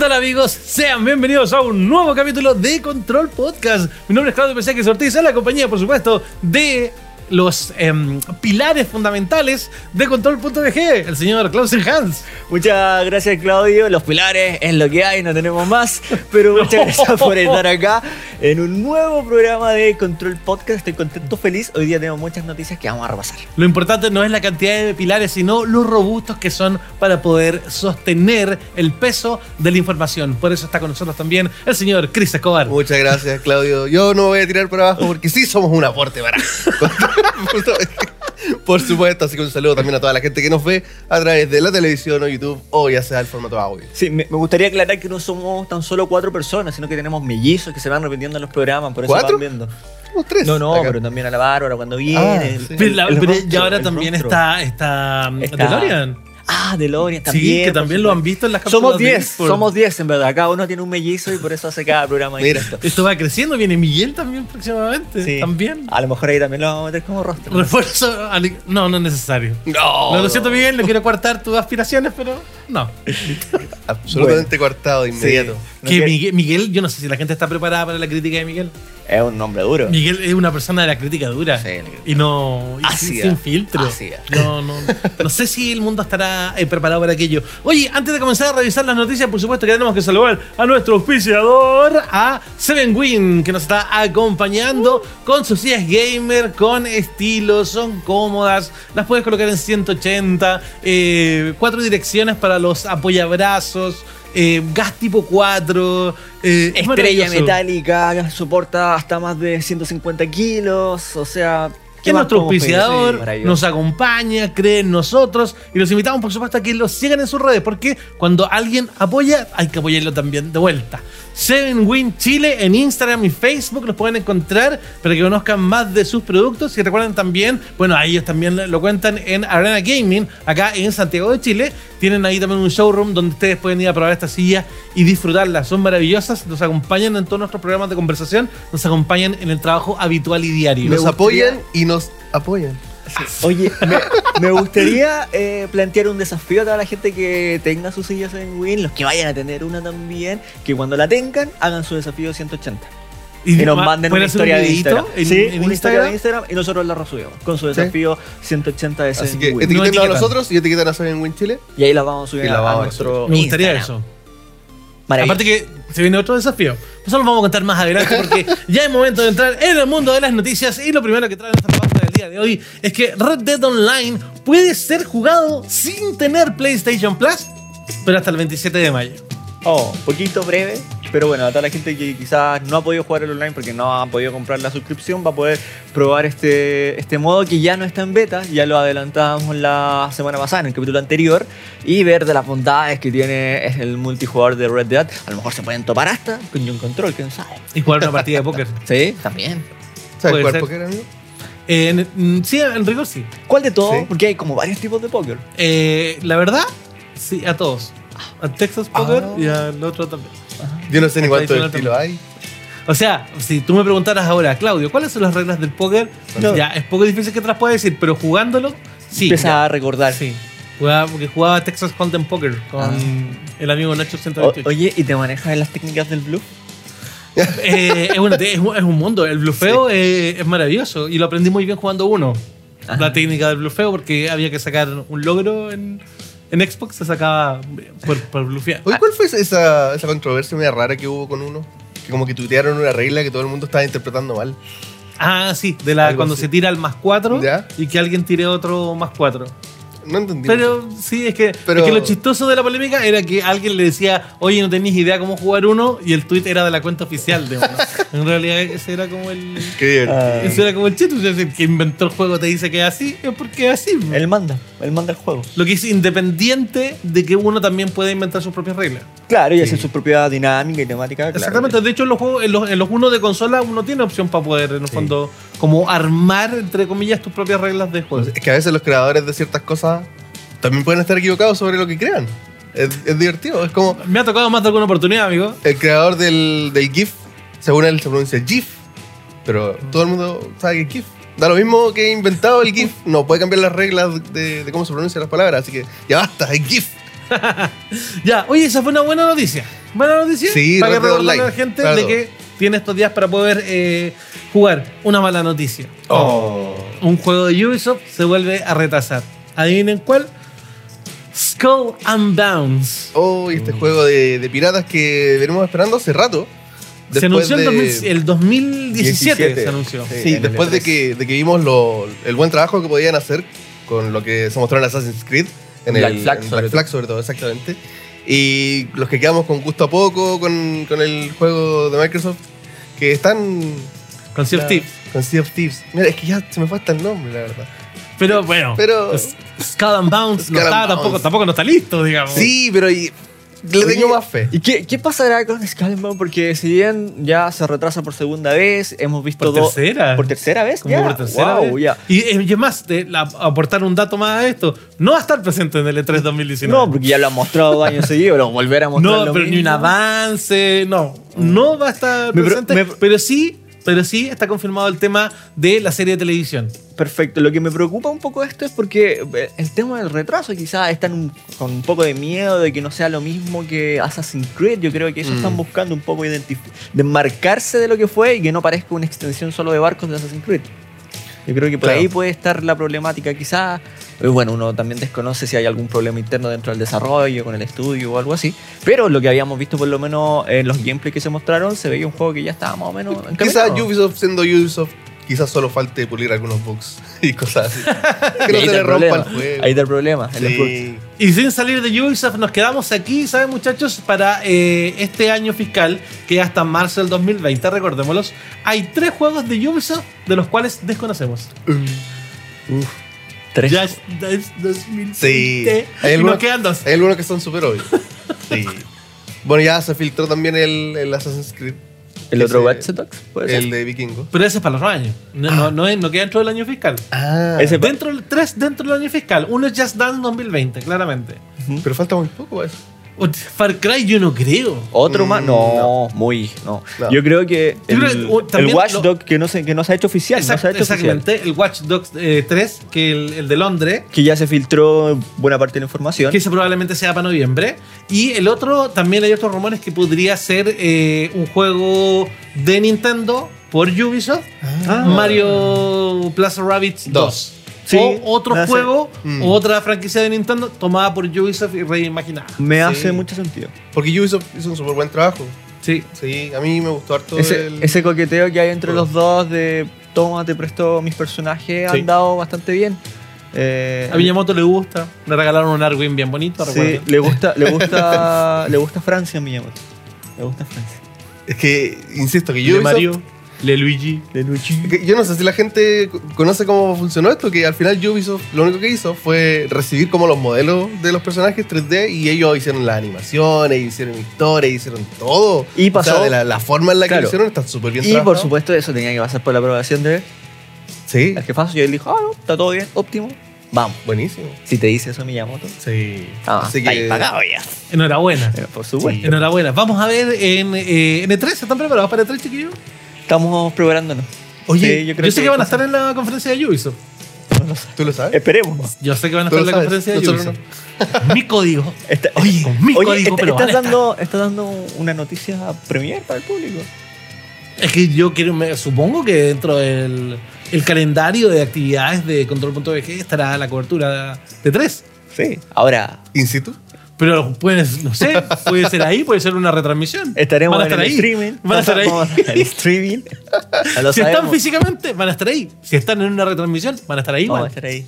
tal amigos? Sean bienvenidos a un nuevo capítulo de Control Podcast. Mi nombre es Claudio Pesaque Ortiz, en la compañía, por supuesto, de los em, pilares fundamentales de Control.bg, el señor Klaus Hans. Muchas gracias, Claudio. Los pilares es lo que hay, no tenemos más. Pero muchas gracias por estar acá en un nuevo programa de Control Podcast. Estoy contento, feliz. Hoy día tenemos muchas noticias que vamos a repasar. Lo importante no es la cantidad de pilares, sino los robustos que son para poder sostener el peso de la información. Por eso está con nosotros también el señor Chris Escobar. Muchas gracias, Claudio. Yo no voy a tirar para abajo porque sí somos un aporte para. Justamente. Por supuesto, así que un saludo también a toda la gente que nos ve a través de la televisión o YouTube o ya sea el formato audio. Sí, me, me gustaría aclarar que no somos tan solo cuatro personas, sino que tenemos mellizos que se van repitiendo en los programas. Por eso ¿Cuatro? van viendo. Los tres. No, no, acá. pero también a la Bárbara cuando viene. Ah, el- sí. Pero la- el pero y rostro, ahora el también rostro. está, está, um, Está- DeLorean. Ah, DeLorean también. Sí, que por también lo han supuesto. visto en las cápsulas Somos de 10, Discord. somos 10 en verdad. Cada uno tiene un mellizo y por eso hace cada programa Mira. distinto. Esto va creciendo, viene Miguel también próximamente. Sí. Ah. También. A lo mejor ahí también lo vamos a meter como rostro. Refuerzo. al- No, no es necesario. No, No, lo siento, Miguel, no quiero coartar tus aspiraciones, pero no. Absolutamente cortado de Sí. inmediato. No que quiero- Miguel, Miguel, yo no sé si la gente está preparada para la crítica de Miguel. Es un nombre duro. Miguel es una persona de la crítica dura. Sí, la crítica. Y no. y sin, Ácida. sin filtro. Ácida. No, no. No sé si el mundo estará eh, preparado para aquello. Oye, antes de comenzar a revisar las noticias, por supuesto que tenemos que saludar a nuestro auspiciador, a Seven Win, que nos está acompañando con sus sillas gamer, con estilo, son cómodas, las puedes colocar en 180, eh, cuatro direcciones para los apoyabrazos. eh, gas tipo 4, eh, es Estrella maravilloso. metálica, soporta hasta más de 150 kilos, o sea... que más nuestro podemos pedir? Sí, auspiciador maravilloso. nos acompaña, cree en nosotros y los invitamos, por supuesto, a que los sigan en sus redes, porque cuando alguien apoya, hay que apoyarlo también de vuelta. Seven Win Chile en Instagram y Facebook los pueden encontrar para que conozcan más de sus productos y recuerden también, bueno, a ellos también lo cuentan en Arena Gaming, acá en Santiago de Chile. Tienen ahí también un showroom donde ustedes pueden ir a probar estas sillas y disfrutarlas. Son maravillosas, nos acompañan en todos nuestros programas de conversación, nos acompañan en el trabajo habitual y diario. Nos gustaría- apoyan y nos apoyan. Oye, me, me gustaría eh, plantear un desafío a toda la gente que tenga sus sillas en Win, los que vayan a tener una también, que cuando la tengan, hagan su desafío 180. Y, nos ma- manden una ¿pueden hacer un historia de videíto Instagram. en, Sí, en una historia Instagram. de Instagram y nosotros la resubimos con su desafío 180 de Así Seven que Win. No etiqueten a etiquetan. nosotros y etiquetan a Saben Win Chile. Y ahí la vamos a subir Y la a, a vamos a nuestro Me gustaría Instagram. eso. Maravilloso. Aparte que se viene otro desafío. Eso lo vamos a contar más adelante porque ya es momento de entrar en el mundo de las noticias y lo primero que trae nuestra pauta del día de hoy es que Red Dead Online puede ser jugado sin tener PlayStation Plus, pero hasta el 27 de mayo. Oh, poquito breve, pero bueno, a toda la gente que quizás no ha podido jugar el online porque no ha podido comprar la suscripción va a poder probar este, este modo que ya no está en beta, ya lo adelantábamos la semana pasada en el capítulo anterior y ver de las bondades que tiene el multijugador de Red Dead. A lo mejor se pueden topar hasta con un control, quién sabe. Y jugar una partida de póker. Sí, también. Puede ¿Sabes cuál ser. póker, amigo? Eh, en- mm, sí, en rigor sí. ¿Cuál de todos? Sí. Porque hay como varios tipos de póker. Eh, la verdad, sí, a todos. A Texas Poker Ah. y al otro también. Yo no sé ni cuánto Tradicional estilo hay. O sea, si tú me preguntaras ahora, Claudio, ¿cuáles son las reglas del póker? No. Ya, es poco difícil que te las pueda decir, pero jugándolo, sí. Empieza Ya. a recordar. Sí. Jugaba, porque jugaba Texas Hold'em Poker con Ah. el amigo Nacho O- 128. oye, ¿y te manejas las técnicas del bluff? Eh, es, una- es un es un mundo. El blufeo eh, es maravilloso y lo aprendí muy bien jugando uno. Ajá. La técnica del blufeo, porque había que sacar un logro en, en Xbox, se sacaba por, por blufear. Oye, ¿cuál fue esa, esa controversia media rara que hubo con uno? Que como que tuitearon una regla que todo el mundo estaba interpretando mal. Ah, sí, de la Algo cuando así. se tira el más 4 Ya. y que alguien tire otro más 4. No entendí. Pero sí, es que, Pero- es que lo chistoso de la polémica era que alguien le decía, oye, no tenéis idea cómo jugar uno, y el tweet era de la cuenta oficial de uno. en realidad, ese era como el. Qué divertido. Ah. Ese era como el chiste. Es decir, que inventó el juego te dice que es así, es porque es así. Él manda, él manda el juego. Lo que es independiente de que uno también puede inventar sus propias reglas. Claro, y hacer su propia dinámica y temática. Ah, claro. Exactamente. De hecho, en los juegos, en los, en los uno de consola, uno tiene opción para poder, en el Sí. fondo, como armar, entre comillas, tus propias reglas de juego. Es que a veces los creadores de ciertas cosas también pueden estar equivocados sobre lo que crean. Es, es divertido. Es como Me ha tocado más de alguna oportunidad, amigo. el creador del, del GIF, según él se pronuncia GIF, pero todo el mundo sabe que es GIF. Da lo mismo que he inventado el GIF, no puede cambiar las reglas de, de cómo se pronuncian las palabras, así que ya basta, es GIF. Ya, oye, esa fue una buena noticia. Buena noticia. Sí, para que Red Dead recordarle a la Online, gente claro. de que tiene estos días para poder eh, jugar. Una mala noticia. Oh. Un juego de Ubisoft se vuelve a retrasar. Adivinen cuál. Skull and Bounce. Oh, y este Mm. juego de, de piratas que venimos esperando hace rato. Se Después anunció en de- 2000 el 2017. 17. Se anunció. Sí. Sí, en después el E de E3. que, de que vimos lo- el buen trabajo que podían hacer con lo que se mostró en Assassin's Creed, en Black el Flag en sobre todo. Black Flag sobre todo, exactamente. Y los que quedamos con gusto a poco con, con el juego de Microsoft, que están Con Sea of la- Thieves. con Sea of Thieves. Mira, es que ya se me fue hasta el nombre, la verdad. Pero bueno. Oh. Pero- S- Skull and Bounce no Skull and está, Bounce. Tampoco, tampoco no está listo, digamos. Sí, pero y- le Oye, tengo más fe. ¿Y qué, qué pasará con Scalebound? Porque si bien ya se retrasa por segunda vez, hemos visto Por dos- tercera. ¿Por tercera vez? Como ya. por tercera Wow, vez. ya. Y, eh, y es más, de la- aportar un dato más a esto, no va a estar presente en el E E3 2019. No, porque ya lo han mostrado dos años seguidos, lo volver a mostrar. No, lo pero ni un mismo. Mm. avance, no. No va a estar Me pre- presente, me- pero sí, pero sí está confirmado el tema de la serie de televisión. Perfecto. Lo que me preocupa un poco esto es porque eh, el tema del retraso quizás están un- con un poco de miedo de que no sea lo mismo que Assassin's Creed. Yo creo que ellos Mm. están buscando un poco identif- de marcarse de lo que fue y que no parezca una extensión solo de barcos de Assassin's Creed. Yo creo que por Claro. ahí puede estar la problemática quizás. Eh, Bueno, uno también desconoce si hay algún problema interno dentro del desarrollo, con el estudio o algo así. Pero lo que habíamos visto por lo menos en los gameplays que se mostraron, se veía un juego que ya estaba más o menos... Quizás encaminado. Ubisoft siendo Ubisoft, quizás solo falte pulir algunos bugs y cosas así. que Y no ahí se está le el rompa problema. el Ahí juego. está el problema. el esfuerzo. Sí. Y sin salir de Ubisoft, nos quedamos aquí, ¿saben muchachos? Para eh, este año fiscal, que hasta marzo del 2020, recordémoslos, hay tres juegos de Ubisoft de los cuales desconocemos. Tres. Ya es, ya es 2020. Sí. Y Hay nos algunos- quedan dos. Hay algunos que son súper obvios. Sí. Bueno, ya se filtró también el, el Assassin's Creed. ¿El otro Ese- Watch Dogs? ¿Puede El ser? de Vikingo. Pero ese es para los años. No, no, no, es- no queda dentro del año fiscal. Ah. Ese- Dentro, del- tres dentro del año fiscal. Uno es Just Dance 2020, claramente. Pero falta muy poco para eso. Ut- Far Cry yo no creo. ¿Otro Mm, más? No, muy. No. No. Yo creo que Yo el, creo que, o, el también Watch lo- Dogs que, no se, que no se ha hecho oficial. no se ha Exact- hecho oficial. exactamente. El Watch Dogs eh, 3, que el, el de Londres, Que ya se filtró buena parte de la información. que ese probablemente sea para noviembre. Y el otro, también hay otros rumores que podría ser eh, un juego de Nintendo por Ubisoft. Ah. Mario Plaza Rabbits 2. Dos. Sí, o otro me hace- juego, Mm. o otra franquicia de Nintendo tomada por Ubisoft y reimaginada. Me Sí. hace mucho sentido. Porque Ubisoft hizo un súper buen trabajo. Sí. Sí, a mí me gustó harto Ese, el... ese coqueteo que hay entre los dos de toma, te presto mis personajes, Sí. han dado bastante bien. Eh, A Miyamoto le gusta. Le regalaron un Arwin bien bonito, sí, recuerden. le gusta, le gusta, le gusta Francia a Miyamoto. Le gusta Francia. Es que, insisto, que Le Ubisoft... Mario, le Luigi. De Luchi. es que Yo no sé si la gente co- conoce cómo funcionó esto, que al final Ubisoft lo único que hizo fue recibir como los modelos de los personajes 3D y ellos hicieron las animaciones, hicieron historias, hicieron todo. Y O sea, pasó- de la, la forma en la que Claro. lo hicieron está súper bien Y por trabajado. supuesto eso tenía que pasar por la aprobación de Sí, el jefazo y él dijo, ah, no, está todo bien, óptimo, vamos. buenísimo. Si te dice eso Miyamoto, Sí. ah, está ahí pagado ya. Enhorabuena. Pero por supuesto. Enhorabuena. Vamos a ver en, eh, en E3. ¿Están preparados para E3, chiquillos? Estamos preparándonos. Oye, Sí, yo, sé que, van a estar en la conferencia de Ubisoft. ¿Tú lo Eh. sabes? Esperemos. Yo sé que van a Tú estar en la lo sabes, conferencia de nosotros Ubisoft. Mi código. Está- Oye, con mi oye, código, está- pero estás, van a dando, estás dando una noticia premier para el público. Es que yo quiero, me- supongo que dentro del el calendario de actividades de Control.bg estará la cobertura de 3. Sí. Ahora, ¿In situ? Pero puedes, no sé, puede ser ahí, puede ser una retransmisión. estaremos Van a en estar el ahí. streaming. Van a estar ahí. Vamos En el streaming. Ya lo si están sabemos. físicamente, van a estar ahí. Si están en una retransmisión, van a estar ahí. Vamos a igual. estar ahí.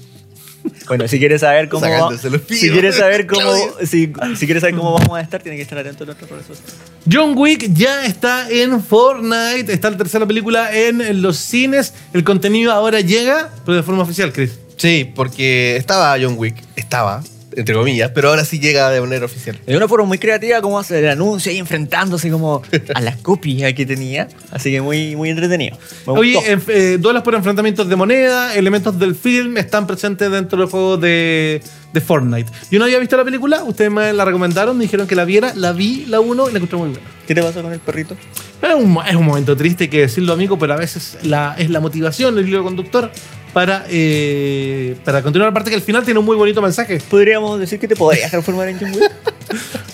Bueno, si quieres saber cómo Sacándose los si píos. quieres saber cómo Claudio. si, si quieres saber cómo vamos a estar, tienes que estar atento a nuestros redes sociales. John Wick ya está en Fortnite. Está la tercera película en los cines. El contenido ahora llega, pero de forma oficial, Chris. Sí, porque estaba John Wick, estaba, entre comillas, pero ahora sí llega de manera oficial. De una forma muy creativa, como hace el anuncio y enfrentándose como a las copias que tenía. Así que muy, muy entretenido. Me Oye, gustó. enf- eh, duelos por enfrentamientos de moneda, elementos del film están presentes dentro del juego de, de Fortnite. Yo no había visto la película, ustedes me la recomendaron, me dijeron que la viera, la vi, la uno y la encontré muy buena. ¿Qué te pasó con el perrito? Es un, mo- es un momento triste hay que decirlo, amigo, pero a veces la, es la motivación, el hilo conductor para, eh, para continuar. Aparte que al final tiene un muy bonito mensaje. Podríamos decir que te podrías transformar en John Wick.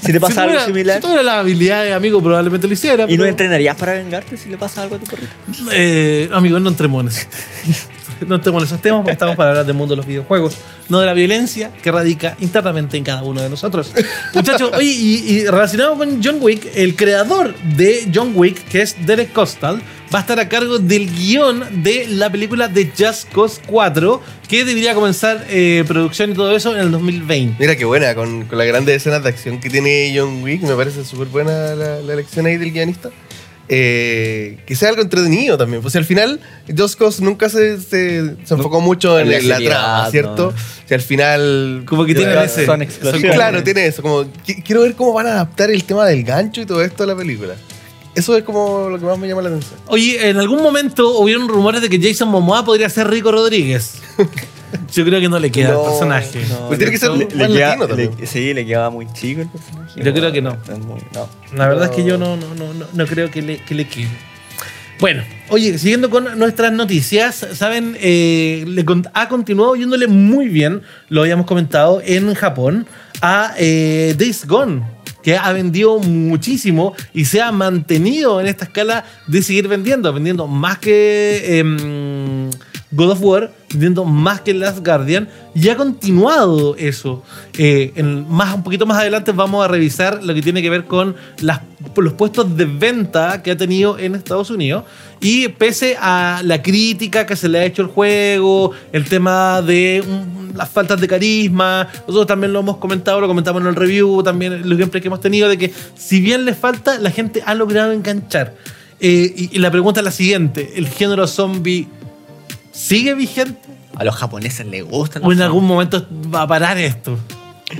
Si te pasa algo tuviera- similar. Si tuviera la habilidad de amigo, probablemente lo hiciera. ¿Y no pero- entrenarías para vengarte si le pasa algo a tu perrito? Eh, amigos, no entremos en eso. No entremos en esos temas porque estamos para hablar del mundo de los videojuegos, no de la violencia que radica internamente en cada uno de nosotros. Muchachos, oye, y, y relacionado con John Wick, el creador de John Wick, que es Derek Costal, va a estar a cargo del guión de la película de Just Cause 4, que debería comenzar eh, producción y todo eso en el 2020. Mira qué buena, con, con las grandes escenas de acción que tiene John Wick, me parece súper buena la, la elección ahí del guionista. Eh, que sea algo entretenido también, pues si al final Just Cause nunca se, se, se enfocó mucho En en, la la, seriedad, trama, ¿cierto? no. Si al final... Como que De tiene verdad, ese. son explosiones. como- Claro, tiene eso, como qui- quiero ver cómo van a adaptar el tema del gancho y todo esto a la película. Eso es como lo que más me llama la atención. Oye, en algún momento hubieron rumores de que Jason Momoa podría ser Rico Rodríguez. Yo creo que no le queda No, al personaje. no. Pues tiene que ser le- más le queda- latino también. le- sí, le queda muy chico el personaje. Yo creo que no. Está muy- no. La verdad es que yo no, no, no, no, no creo que le, que le quede. Bueno, oye, siguiendo con nuestras noticias, saben, eh, le con- ha continuado yéndole muy bien, lo habíamos comentado, en Japón, a eh, Days Gone, que ha vendido muchísimo y se ha mantenido en esta escala de seguir vendiendo, vendiendo más que em, God of War, vendiendo más que Last Guardian, y ha continuado eso. Eh, en- más, un poquito más adelante vamos a revisar lo que tiene que ver con las- los puestos de venta que ha tenido en Estados Unidos. Y pese a la crítica que se le ha hecho al juego, el tema de mm, las faltas de carisma, nosotros también lo hemos comentado, lo comentamos en el review, también en los gameplays que hemos tenido, de que si bien le falta, la gente ha logrado enganchar. Eh, y- y la pregunta es la siguiente, ¿el género zombie sigue vigente? A los japoneses les gustan. ¿O en algún momento va a parar esto?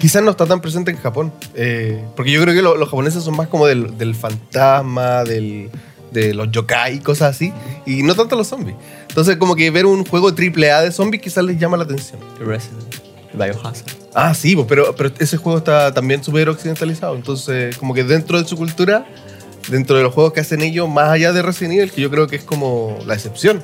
Quizás no está tan presente en Japón. eh, porque yo creo que lo- los japoneses son más como del, del fantasma, del, de los yokai, cosas así. Y no tanto los zombies. Entonces, como que ver un juego triple A de zombies quizás les llama la atención. Resident Biohazard. Ah, sí, pues, pero, pero ese juego está también súper occidentalizado. Entonces, como que dentro de su cultura, dentro de los juegos que hacen ellos, más allá de Resident Evil, que yo creo que es como la excepción.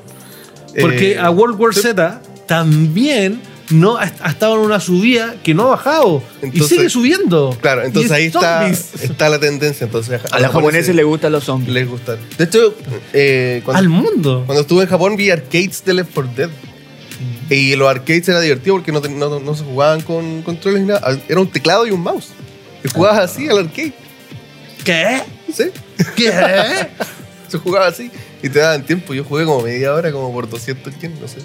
Porque Eh, a World War sí. Z también no ha, ha estado en una subida que no ha bajado Entonces- y sigue subiendo. Claro, entonces Y ahí está, zombies. está la tendencia. Entonces, A los japoneses les gustan los zombies. les gusta. De hecho, eh, cuando- al mundo. Cuando estuve en Japón vi arcades de Left 4 Dead. Mm. Y los arcades era divertido porque no, ten- no- no se jugaban con controles ni nada. Era un teclado y un mouse. Y Ah. jugabas así al arcade. ¿Qué? ¿Sí? ¿Qué? Se jugaba así. Y te daban tiempo. Yo jugué como media hora, como por 200 yen, no sé.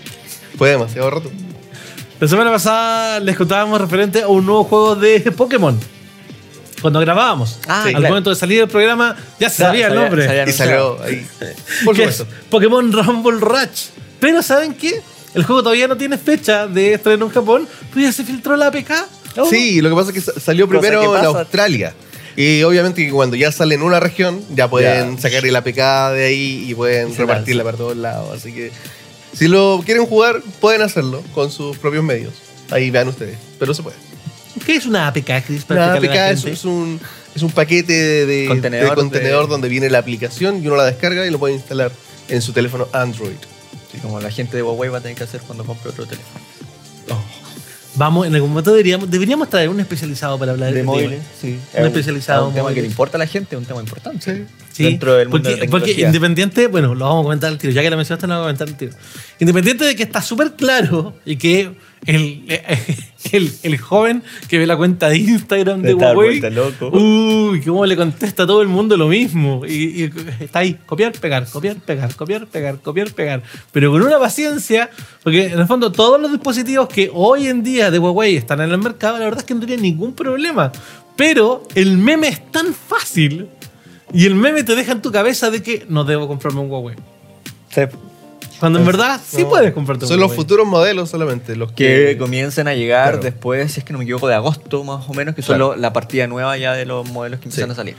Fue demasiado rato. La semana pasada les contábamos referente a un nuevo juego de Pokémon. Cuando grabábamos. Ah, al claro. momento de salir del programa ya se Ya, sabía el sabía- nombre. sabía Ya y no salió ahí. Por que es supuesto. Pokémon Rumble Rush. Pero ¿saben qué? El juego todavía no tiene fecha de estreno en Japón, pues ya se filtró la APK. ¿no? Sí, lo que pasa es que sa- salió Cosa primero que en pasa. Australia. Y obviamente que cuando ya sale en una región, ya pueden Ya. sacar el APK de ahí y pueden se repartirla para todos lados. Así que si lo quieren jugar, pueden hacerlo con sus propios medios. Ahí vean ustedes. Pero se puede. ¿Qué es una APK, Chris? para La APK explicarle a la es, gente? es un, es un paquete de, de- Contenedor de contenedor de- donde viene la aplicación y uno la descarga y lo puede instalar en su teléfono Android. Sí, como la gente de Huawei va a tener que hacer cuando compre otro teléfono. Vamos, en algún momento deberíamos, deberíamos traer un especializado para hablar De este móviles, tema. sí. Un especializado Un tema que móvil. le importa a la gente, un tema importante. Ah, Sí, Dentro del mundo porque, de la porque tecnología. independiente, bueno, lo vamos a comentar al tiro, ya que lo mencionaste, lo vamos a comentar al tiro. Independiente de que está súper claro y que el, el, el joven que ve la cuenta de Instagram de De tal Huawei, vuelta loco. uy, cómo le contesta a todo el mundo lo mismo. Y, y está ahí, copiar, pegar, copiar, pegar, copiar, pegar, copiar, pegar. Pero con una paciencia, porque en el fondo todos los dispositivos que hoy en día de Huawei están en el mercado, la verdad es que no tienen ningún problema. Pero el meme es tan fácil y el meme te deja en tu cabeza de que no debo comprarme un Huawei. Se- Cuando en verdad sí No, puedes comprarte un Son Huawei. los futuros modelos solamente. Los Que que, comiencen a llegar Claro. después, si es que no me equivoco, de agosto más o menos, que son Claro. lo- la partida nueva ya de los modelos que empiezan Sí. a salir.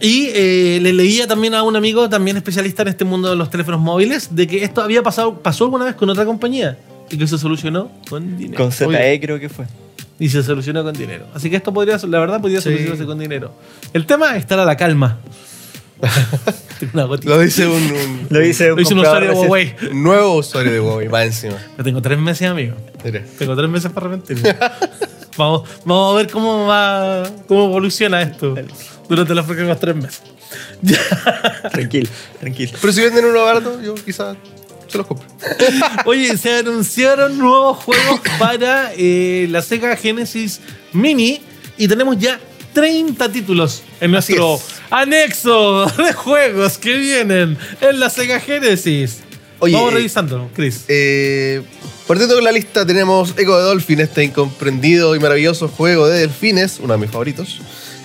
Y eh, le leía también a un amigo, también especialista en este mundo de los teléfonos móviles, de que esto había pasado, pasó alguna vez con otra compañía y que se solucionó con E, dinero. Con E. ZE creo que fue. Y se solucionó con dinero. Así que esto podría, la verdad, podría Sí. solucionarse con dinero. El tema es estar a la calma. Tengo una gotita. Lo dice un, un- Lo hice un Lo hice un usuario comprador de recién. Huawei. un nuevo usuario de Huawei, más encima. Yo tengo tres meses, amigo. Mira. Tengo tres meses para arrepentirme. vamos, vamos a ver cómo va, cómo evoluciona esto durante los próximos tres meses. Tranquilo, tranquilo. Pero si venden uno barato, yo quizás se los compro. Oye, se anunciaron nuevos juegos para eh, la Sega Genesis Mini y tenemos ya 30 títulos en Así nuestro es. anexo de juegos que vienen en la Sega Genesis. Oye, Vamos eh, revisando, Chris. Eh, partiendo con la lista, tenemos Echo de Dolphin, este incomprendido y maravilloso juego de delfines, uno de mis favoritos.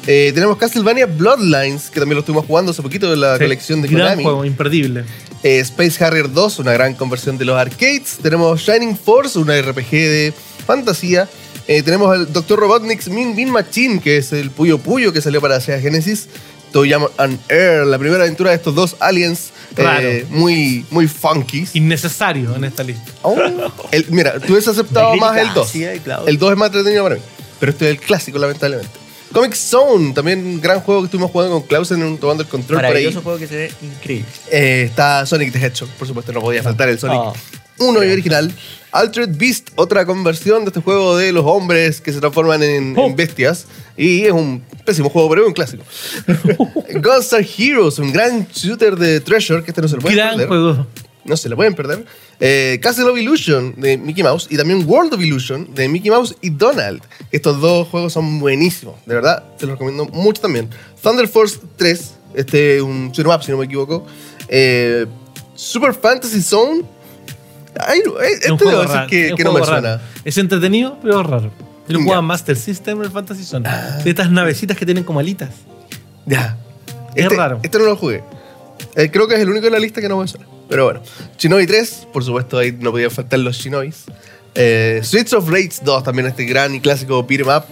Eh, tenemos Castlevania Bloodlines, que también lo estuvimos jugando hace poquito en la Sí, colección de gran Konami. juego, imperdible. Eh, Space Harrier 2, una gran conversión de los arcades. Tenemos Shining Force, una RPG de fantasía. Eh, tenemos el Dr. Robotnik's Min Min Machine, que es el Puyo Puyo que salió para Sega Genesis. Toyama and Air, la primera aventura de estos dos aliens. eh, Raro. muy, muy funky. Oh. Innecesario en esta lista. El- mira, tú hubiese aceptado La más el crítica 2. ácida y clauda. El 2 es más entretenido para mí. Pero este es el clásico, lamentablemente. Comic Zone, también gran juego que estuvimos jugando con Klausen tomando el control por ahí. Maravilloso juego que se ve increíble. Eh, está Sonic the Hedgehog, por supuesto, no podía faltar el Sonic Ah. 1 y original. Altered Beast, otra conversión de este juego de los hombres que se transforman en, Oh. en bestias. Y es un pésimo juego, pero es un clásico. Gunstar Heroes, un gran shooter de Treasure, que este no se lo pueden Gran perder. juego. No se lo pueden perder. Eh, Castle of Illusion, de Mickey Mouse. Y también World of Illusion, de Mickey Mouse y Donald. Estos dos juegos son buenísimos. De verdad, te los recomiendo mucho también. Thunder Force 3, este es un shoot'em up, si no me equivoco. Eh, Super Fantasy Zone. Ay, no, eh, Es un este debo juego decir raro, es que, un que no me juego raro. suena. Es entretenido, pero raro. Yo lo Ya. Ah. jugaba en Master System en Fantasy Zone. De estas navecitas que tienen como alitas. Ya. Es Este, raro. Este no lo jugué. Eh, creo que es el único de la lista que no me suena. Pero bueno. Shinobi 3, por supuesto, ahí no podían faltar los Shinobis. Eh, Streets of Rage 2, también este gran y clásico beat'em up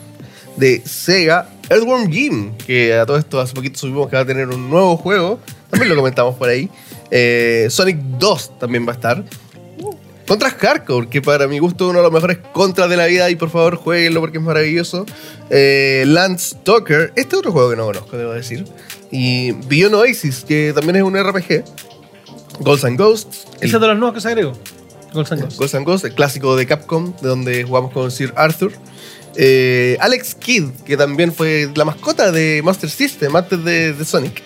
de Sega. Earthworm Jim, que a todo esto hace poquito supimos que va a tener un nuevo juego. También lo comentamos por ahí. Eh, Sonic 2 también va a estar. Contras Hardcore, que para mi gusto es uno de los mejores contras de la vida y por favor jueguenlo porque es maravilloso. Eh, Land Stalker, este es otro juego que no conozco, debo decir. Y Beyond Oasis, que también es un RPG. Ghosts and Ghosts. el- Esa es de los nuevos que se agregó. Golds and Ghosts. Ghosts and Ghosts, el clásico de Capcom, de donde jugamos con Sir Arthur. Eh, Alex Kidd, que también fue la mascota de Master System antes de, de Sonic.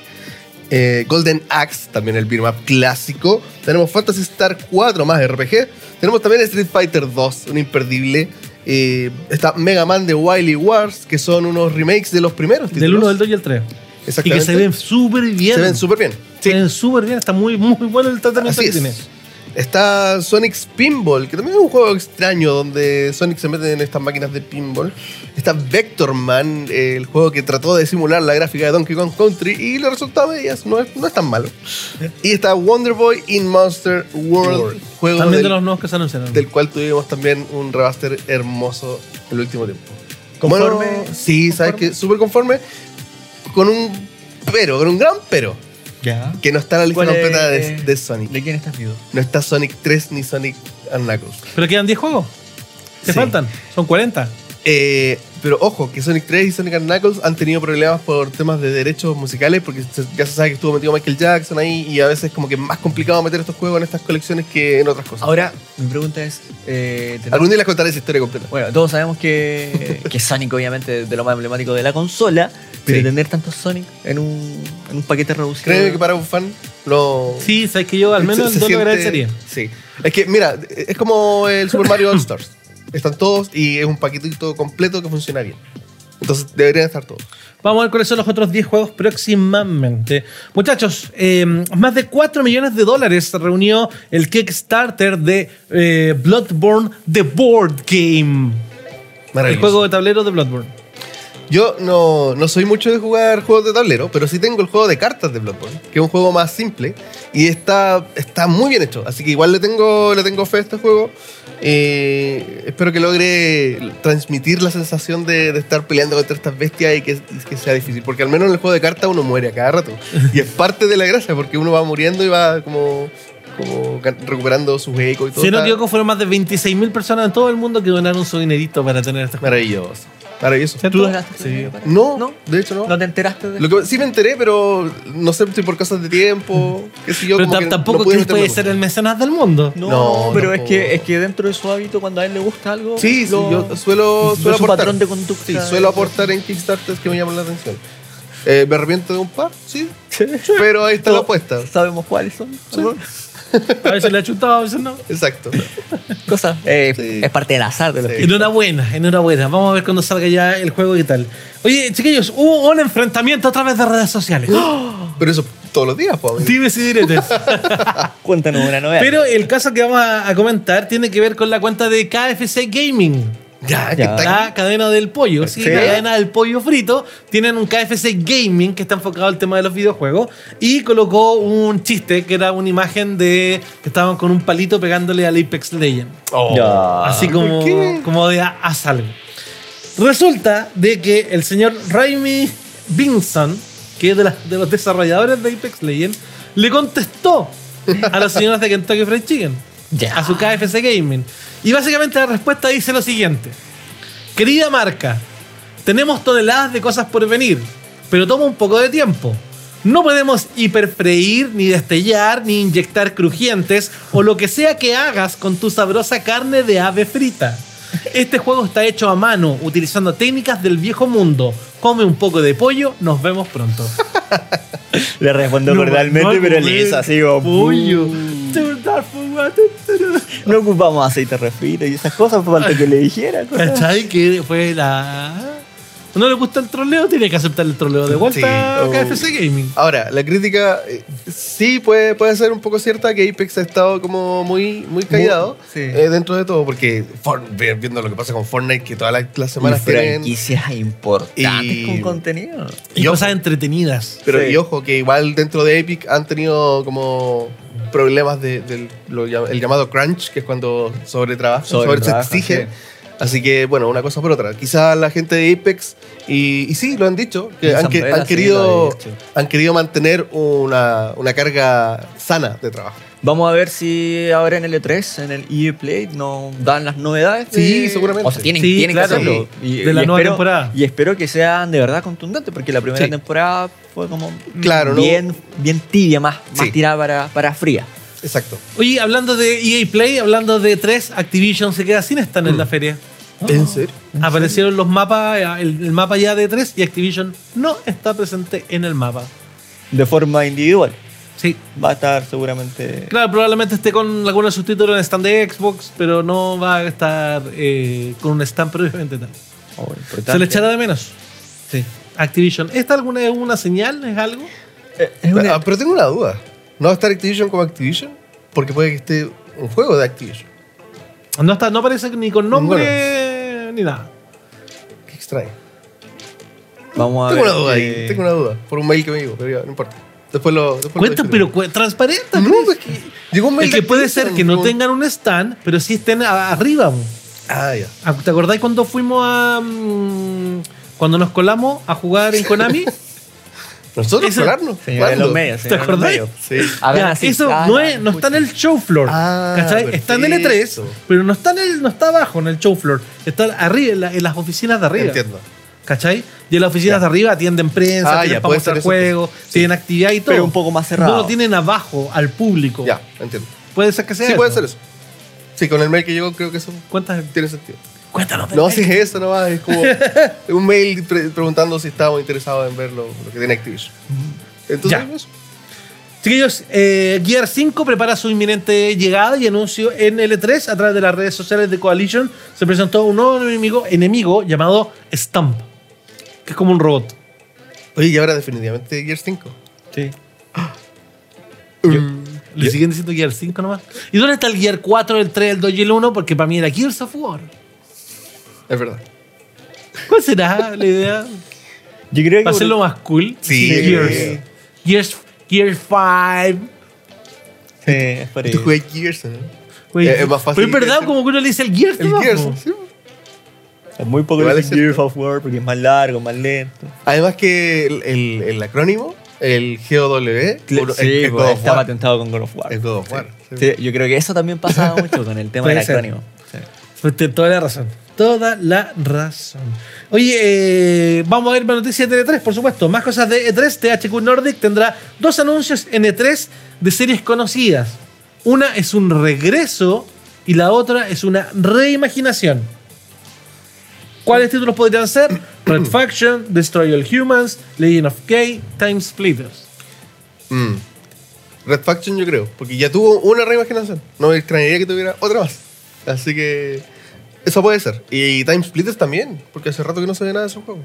Eh, Golden Axe, también el beat'em up clásico. Tenemos Fantasy Star 4 más RPG. Tenemos también Street Fighter 2, un imperdible. Eh, está Mega Man de Wily Wars, que son unos remakes de los primeros títulos. Del 1, del 2 y el 3. Y que Exactamente. se ven súper bien. Se ven súper bien. Se ven súper bien. Está muy, muy bueno el tratamiento Así que tiene. es. Está Sonic Pinball, que también es un juego extraño donde Sonic se mete en estas máquinas de pinball. Está Vector Man, eh, el juego que trató de simular la gráfica de Donkey Kong Country y le resultó a medias, no es, no es tan malo. Eh. Y está Wonder Boy in Monster World, juego También de del- los nuevos que se anunciaron. del cual tuvimos también un remaster hermoso el último tiempo. ¿Conforme? sí, sabes ¿Conforme? que súper conforme. Con un pero, con un gran pero, Ya. que no está en la lista ¿Cuál es- completa de, de Sonic. ¿De quién estás vivo? No está Sonic 3 ni Sonic and Knuckles. Pero quedan 10 juegos. Te Sí. faltan. Son 40. Eh, pero ojo, que Sonic 3 y Sonic and Knuckles han tenido problemas por temas de derechos musicales, porque se- ya se sabe que estuvo metido Michael Jackson ahí y a veces es como que es más complicado meter estos juegos en estas colecciones que en otras cosas. Ahora, mi pregunta es... eh, ¿tendrá- Algún día les contaré esa historia completa. Bueno, todos sabemos que, que Sonic obviamente es de lo más emblemático de la consola, pero Sí. tener tantos Sonic en un, en un paquete reducido... Créeme que para un fan no... Eh, Sí, sabes que yo al menos se- se dos lo siente- agradecería. Sí. Es que, mira, es como el Super Mario All Stars. Están todos y es un paquetito completo que funciona bien. Entonces deberían estar todos. Vamos a ver cuáles son los otros 10 juegos próximamente. Muchachos, eh, más de 4 millones de dólares se reunió el Kickstarter de eh, Bloodborne The Board Game. El Maravilloso. juego de tablero de Bloodborne. Yo no, no soy mucho de jugar juegos de tablero, pero sí tengo el juego de cartas de Bloodborne, que es un juego más simple y está, está muy bien hecho. Así que igual le tengo, le tengo fe a este juego. Eh, espero que logre transmitir la sensación de, de estar peleando contra estas bestias y que, y que sea difícil, porque al menos en el juego de cartas uno muere a cada rato. Y es parte de la gracia, porque uno va muriendo y va como, como gan- recuperando sus ecos y todo. Si no me Está equivoco, fueron más de 26.000 personas en todo el mundo que donaron su dinerito para tener este juego. Maravilloso. Maravilloso. ¿Cierto? ¿Tú desgastaste la Sí. primera parte? No, ¿No? de hecho no. ¿No te enteraste de Lo que- sí me enteré, pero no sé si por cosas de tiempo, qué sé yo. Pero como tam- que no tampoco pude que meterme puede mucho. ser el mecenas del mundo. No, No, pero es tampoco. que, es que dentro de su hábito, cuando a él le gusta algo. Sí, sí, lo- yo suelo, es suelo un aportar. patrón de conducta. Sí, suelo aportar en Kickstarters que me llaman la atención. Eh, ¿Me arrepiento de un par? Sí. Pero ahí Oh. está la apuesta. Sabemos cuáles son. supongo. A veces le ha chutado, a veces no. Exacto. Cosas. eh, Sí. Es parte del azar de los Sí. que- Enhorabuena, enhorabuena. Vamos a ver cuando salga ya el juego y tal. Oye, chiquillos, hubo un enfrentamiento a través de redes sociales. ¡Oh! Pero eso todos los días, pues. amigo. Dimes y diretes. Cuéntanos una novedad. Pero el caso que vamos a, a comentar tiene que ver con la cuenta de KFC Gaming. Ya, Ah, que Ya. está. La cadena del pollo, sí, Sí. la cadena del pollo frito. Tienen un KFC Gaming que está enfocado al tema de los videojuegos. Y colocó un chiste que era una imagen de que estaban con un palito pegándole al Apex Legend. Oh. Ya. Así como, ¿Por qué? como de a- haz algo. Resulta de que el señor Raimi Vinson, que es de, las- de los desarrolladores de Apex Legends, le contestó a las señoras de Kentucky Fried Chicken, Ya. a su KFC Gaming. Y básicamente la respuesta dice lo siguiente. Querida marca, tenemos toneladas de cosas por venir, pero toma un poco de tiempo. No podemos hiperfreír, ni destellar, ni inyectar crujientes o lo que sea que hagas con tu sabrosa carne de ave frita. Este juego está hecho a mano, utilizando técnicas del viejo mundo. Come un poco de pollo, nos vemos pronto. Le respondo cordialmente, pero uh. él hizo así como. "Mm, pollo. No ocupamos aceite refrito y esas cosas, falta que le dijera. cosas. ¿Cachai? Que fue la... ¿No le gusta el troleo? Tiene que aceptar el troleo de vuelta Sí. a KFC Gaming. Ahora, la crítica eh, sí puede, puede ser un poco cierta que Apex ha estado como muy, muy callado sí. eh, dentro de todo, porque For- ve- viendo lo que pasa con Fortnite, que todas las, las Y semanas tienen... franquicias importantes Y- con contenido. Y Yo- cosas entretenidas. Pero Sí. y ojo, que igual dentro de Epic han tenido como problemas del de, lo llama- el llamado crunch, que es cuando sobretrabaja, sobre, Sobretrabaja, se exige. Así que, bueno, una cosa por otra. Quizá la gente de Apex, y, y sí, lo han dicho, Y que han, que- Sambrella han sí lo querido, ha dicho. han querido mantener una, una carga sana de trabajo. Vamos a ver si ahora en el E3, en el EA Play, nos dan las novedades. de- Sí, seguramente. O sea, tienen, Sí, tienen claro. que hacerlo. Y, De la y nueva espero- temporada. Y espero que sean de verdad contundentes, porque la primera Sí. temporada fue como Claro, ¿no? bien, bien tibia, más, más Sí. tirada para, para fría. Exacto. Oye, hablando de EA Play, hablando de 3, Activision se queda sin stand en la feria. ¿En serio? Aparecieron los mapas, eh, el, el mapa ya de 3 y Activision no está presente en el mapa. De forma individual. Sí. Va a estar seguramente. Claro, probablemente esté con alguno de sus títulos en stand de Xbox, pero no va a estar eh, con un stand previamente tal. Oh, importante. Se le echará de menos. Sí. Activision. ¿Esta alguna es una señal? ¿Es algo? Eh, es una- Ah, pero tengo una duda. ¿No va a estar Activision como Activision? Porque puede que esté un juego de Activision. No está, no aparece ni con nombre ni nada. Qué extraño. Vamos a Tengo ver. una duda eh, ahí, tengo una duda. Por un mail que me llegó, pero ya, no importa. Después lo. Después lo Cuentan, discutiré. pero cu- transparente. No, pues que. Llegó un mail. El que de puede ser Activision, que no como- tengan un stand, pero sí estén a- arriba. bo. Ah, ya. Ah, ¿Te acordáis cuando fuimos a. mm, cuando nos colamos a jugar en Konami? ¿Nosotros Eso- colarnos? Señora de los ¿Cuándo? medios. ¿Te señora de los acordás? medios. Sí. A ver, Ya, así, eso ah, no, la es- no está en pucha. el show floor. Ah, ¿cachai? Está en el E3, perfecto. pero no está en el, no está abajo en el show floor. Está arriba, en, la- en las oficinas de arriba. Entiendo. ¿Cachai? Y en las oficinas de arriba atienden prensa, Ah, tienen ya, para puede mostrar ser eso, juegos, sí. tienen actividad y todo. Pero un poco más cerrado. No lo tienen abajo, al público. Ya, entiendo. Puede ser que sea. Sí, puede eso. ser eso. Sí, con el mail que llegó, creo que eso ¿Cuántas? tiene sentido. Cuéntanos. No, si es eso nomás, es como un mail pre- preguntando si estábamos interesados en ver lo, lo que tiene Activision. Entonces, pues, Ya. eso. Chiquillos, eh, Gear 5 prepara su inminente llegada y anuncio en L3 a través de las redes sociales de Coalition. Se presentó un nuevo enemigo, enemigo llamado Stamp, que es como un robot. Oye, y ahora definitivamente Gears 5. Sí. Le siguen diciendo Gear 5 nomás. ¿Y dónde está el Gear 4, el 3, el 2 y el 1? Porque para mí era Gears of War. Es verdad. ¿Cuál será la idea? Yo creo que. ¿Para hacerlo más cool? Sí. Gears. Gears, Gears 5. Sí, es por ahí. Tú jugué Gears, ¿no? Güey, Eh, es más fácil Pero es que verdad, hacer- como que uno le dice el Gears. El nomás, Gears, po. sí. Es muy poco Igual el es cierto. Gears of War porque es más largo, más lento. Además que el, el- el acrónimo, el GOW, por- sí, es pues, God of está War. patentado con God of War. Es God of War. Sí, yo creo que eso también pasaba mucho con el tema Puede del ser. acrónimo. Sí. Pues, tiene toda la razón. Toda la razón. Oye, eh, vamos a ir a noticias de E3, por supuesto. Más cosas de E E3. THQ Nordic tendrá dos anuncios en E3 de series conocidas. Una es un regreso y la otra es una reimaginación. ¿Cuáles títulos podrían ser? Red Faction, Destroy All Humans, Legend of K, Time Splitters. Mm. Red Faction yo creo, porque ya tuvo una reimaginación. No me extrañaría que tuviera otra más. Así que eso puede ser. Y Time Splitters también, porque hace rato que no se ve nada de esos juegos.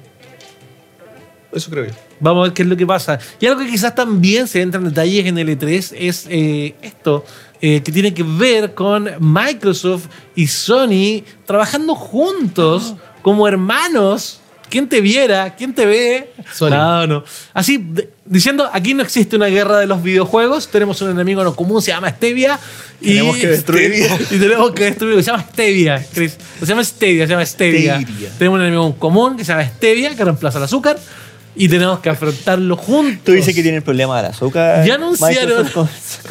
Eso creo yo. Vamos a ver qué es lo que pasa. Y algo que quizás también se entra en detalles en el E3 es eh, esto, eh, que tiene que ver con Microsoft y Sony trabajando juntos como hermanos. ¿Quién te viera? ¿Quién te ve? Sony. No, no. Así, de- diciendo, aquí no existe una guerra de los videojuegos, tenemos un enemigo no común, se llama Stevia. y- Tenemos que destruirlo. y tenemos que destruirlo. Se llama Stevia, Chris. Se llama Stevia, se llama Stevia. Stevia. Tenemos un enemigo en común que se llama Stevia, que reemplaza el azúcar. Y tenemos que afrontarlo juntos. Tú dices que tiene el problema del azúcar. Ya anunciaron. Microsoft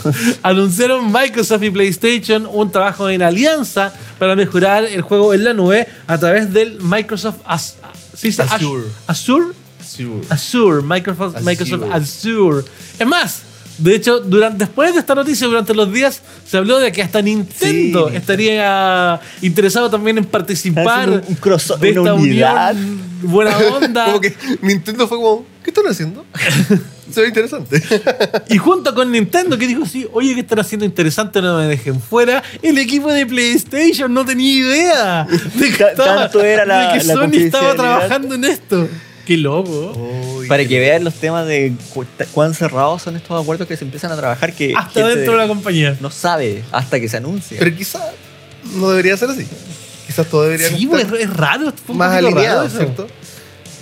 con- con- Anunciaron Microsoft y PlayStation un trabajo en alianza para mejorar el juego en la nube a través del Microsoft Az- ¿sí se dice Az- Azure. Azure. Azure, Microsoft Azure. Microsoft Azure. Es más, de hecho, durante, después de esta noticia, durante los días, se habló de que hasta Nintendo Sí. estaría interesado también en participar Haciendo un- un crossover, de esta una unidad. unión buena onda. como que Nintendo fue como, ¿qué están haciendo? se ve interesante. Y junto con Nintendo, que dijo, sí, oye, que están haciendo interesante? No me dejen fuera. El equipo de PlayStation no tenía idea de que, Ta- tanto era la- de que Sony la estaba confidencialidad. trabajando en esto. Qué loco. Para que vean los temas de cu- cuán cerrados son estos acuerdos que se empiezan a trabajar que Hasta Eh, gente dentro de la compañía. no sabe hasta que se anuncia. Pero quizás no debería ser así. Quizás todo debería Sí, estar pues, es raro. fue un más poquito raro alineado, eso. ¿cierto?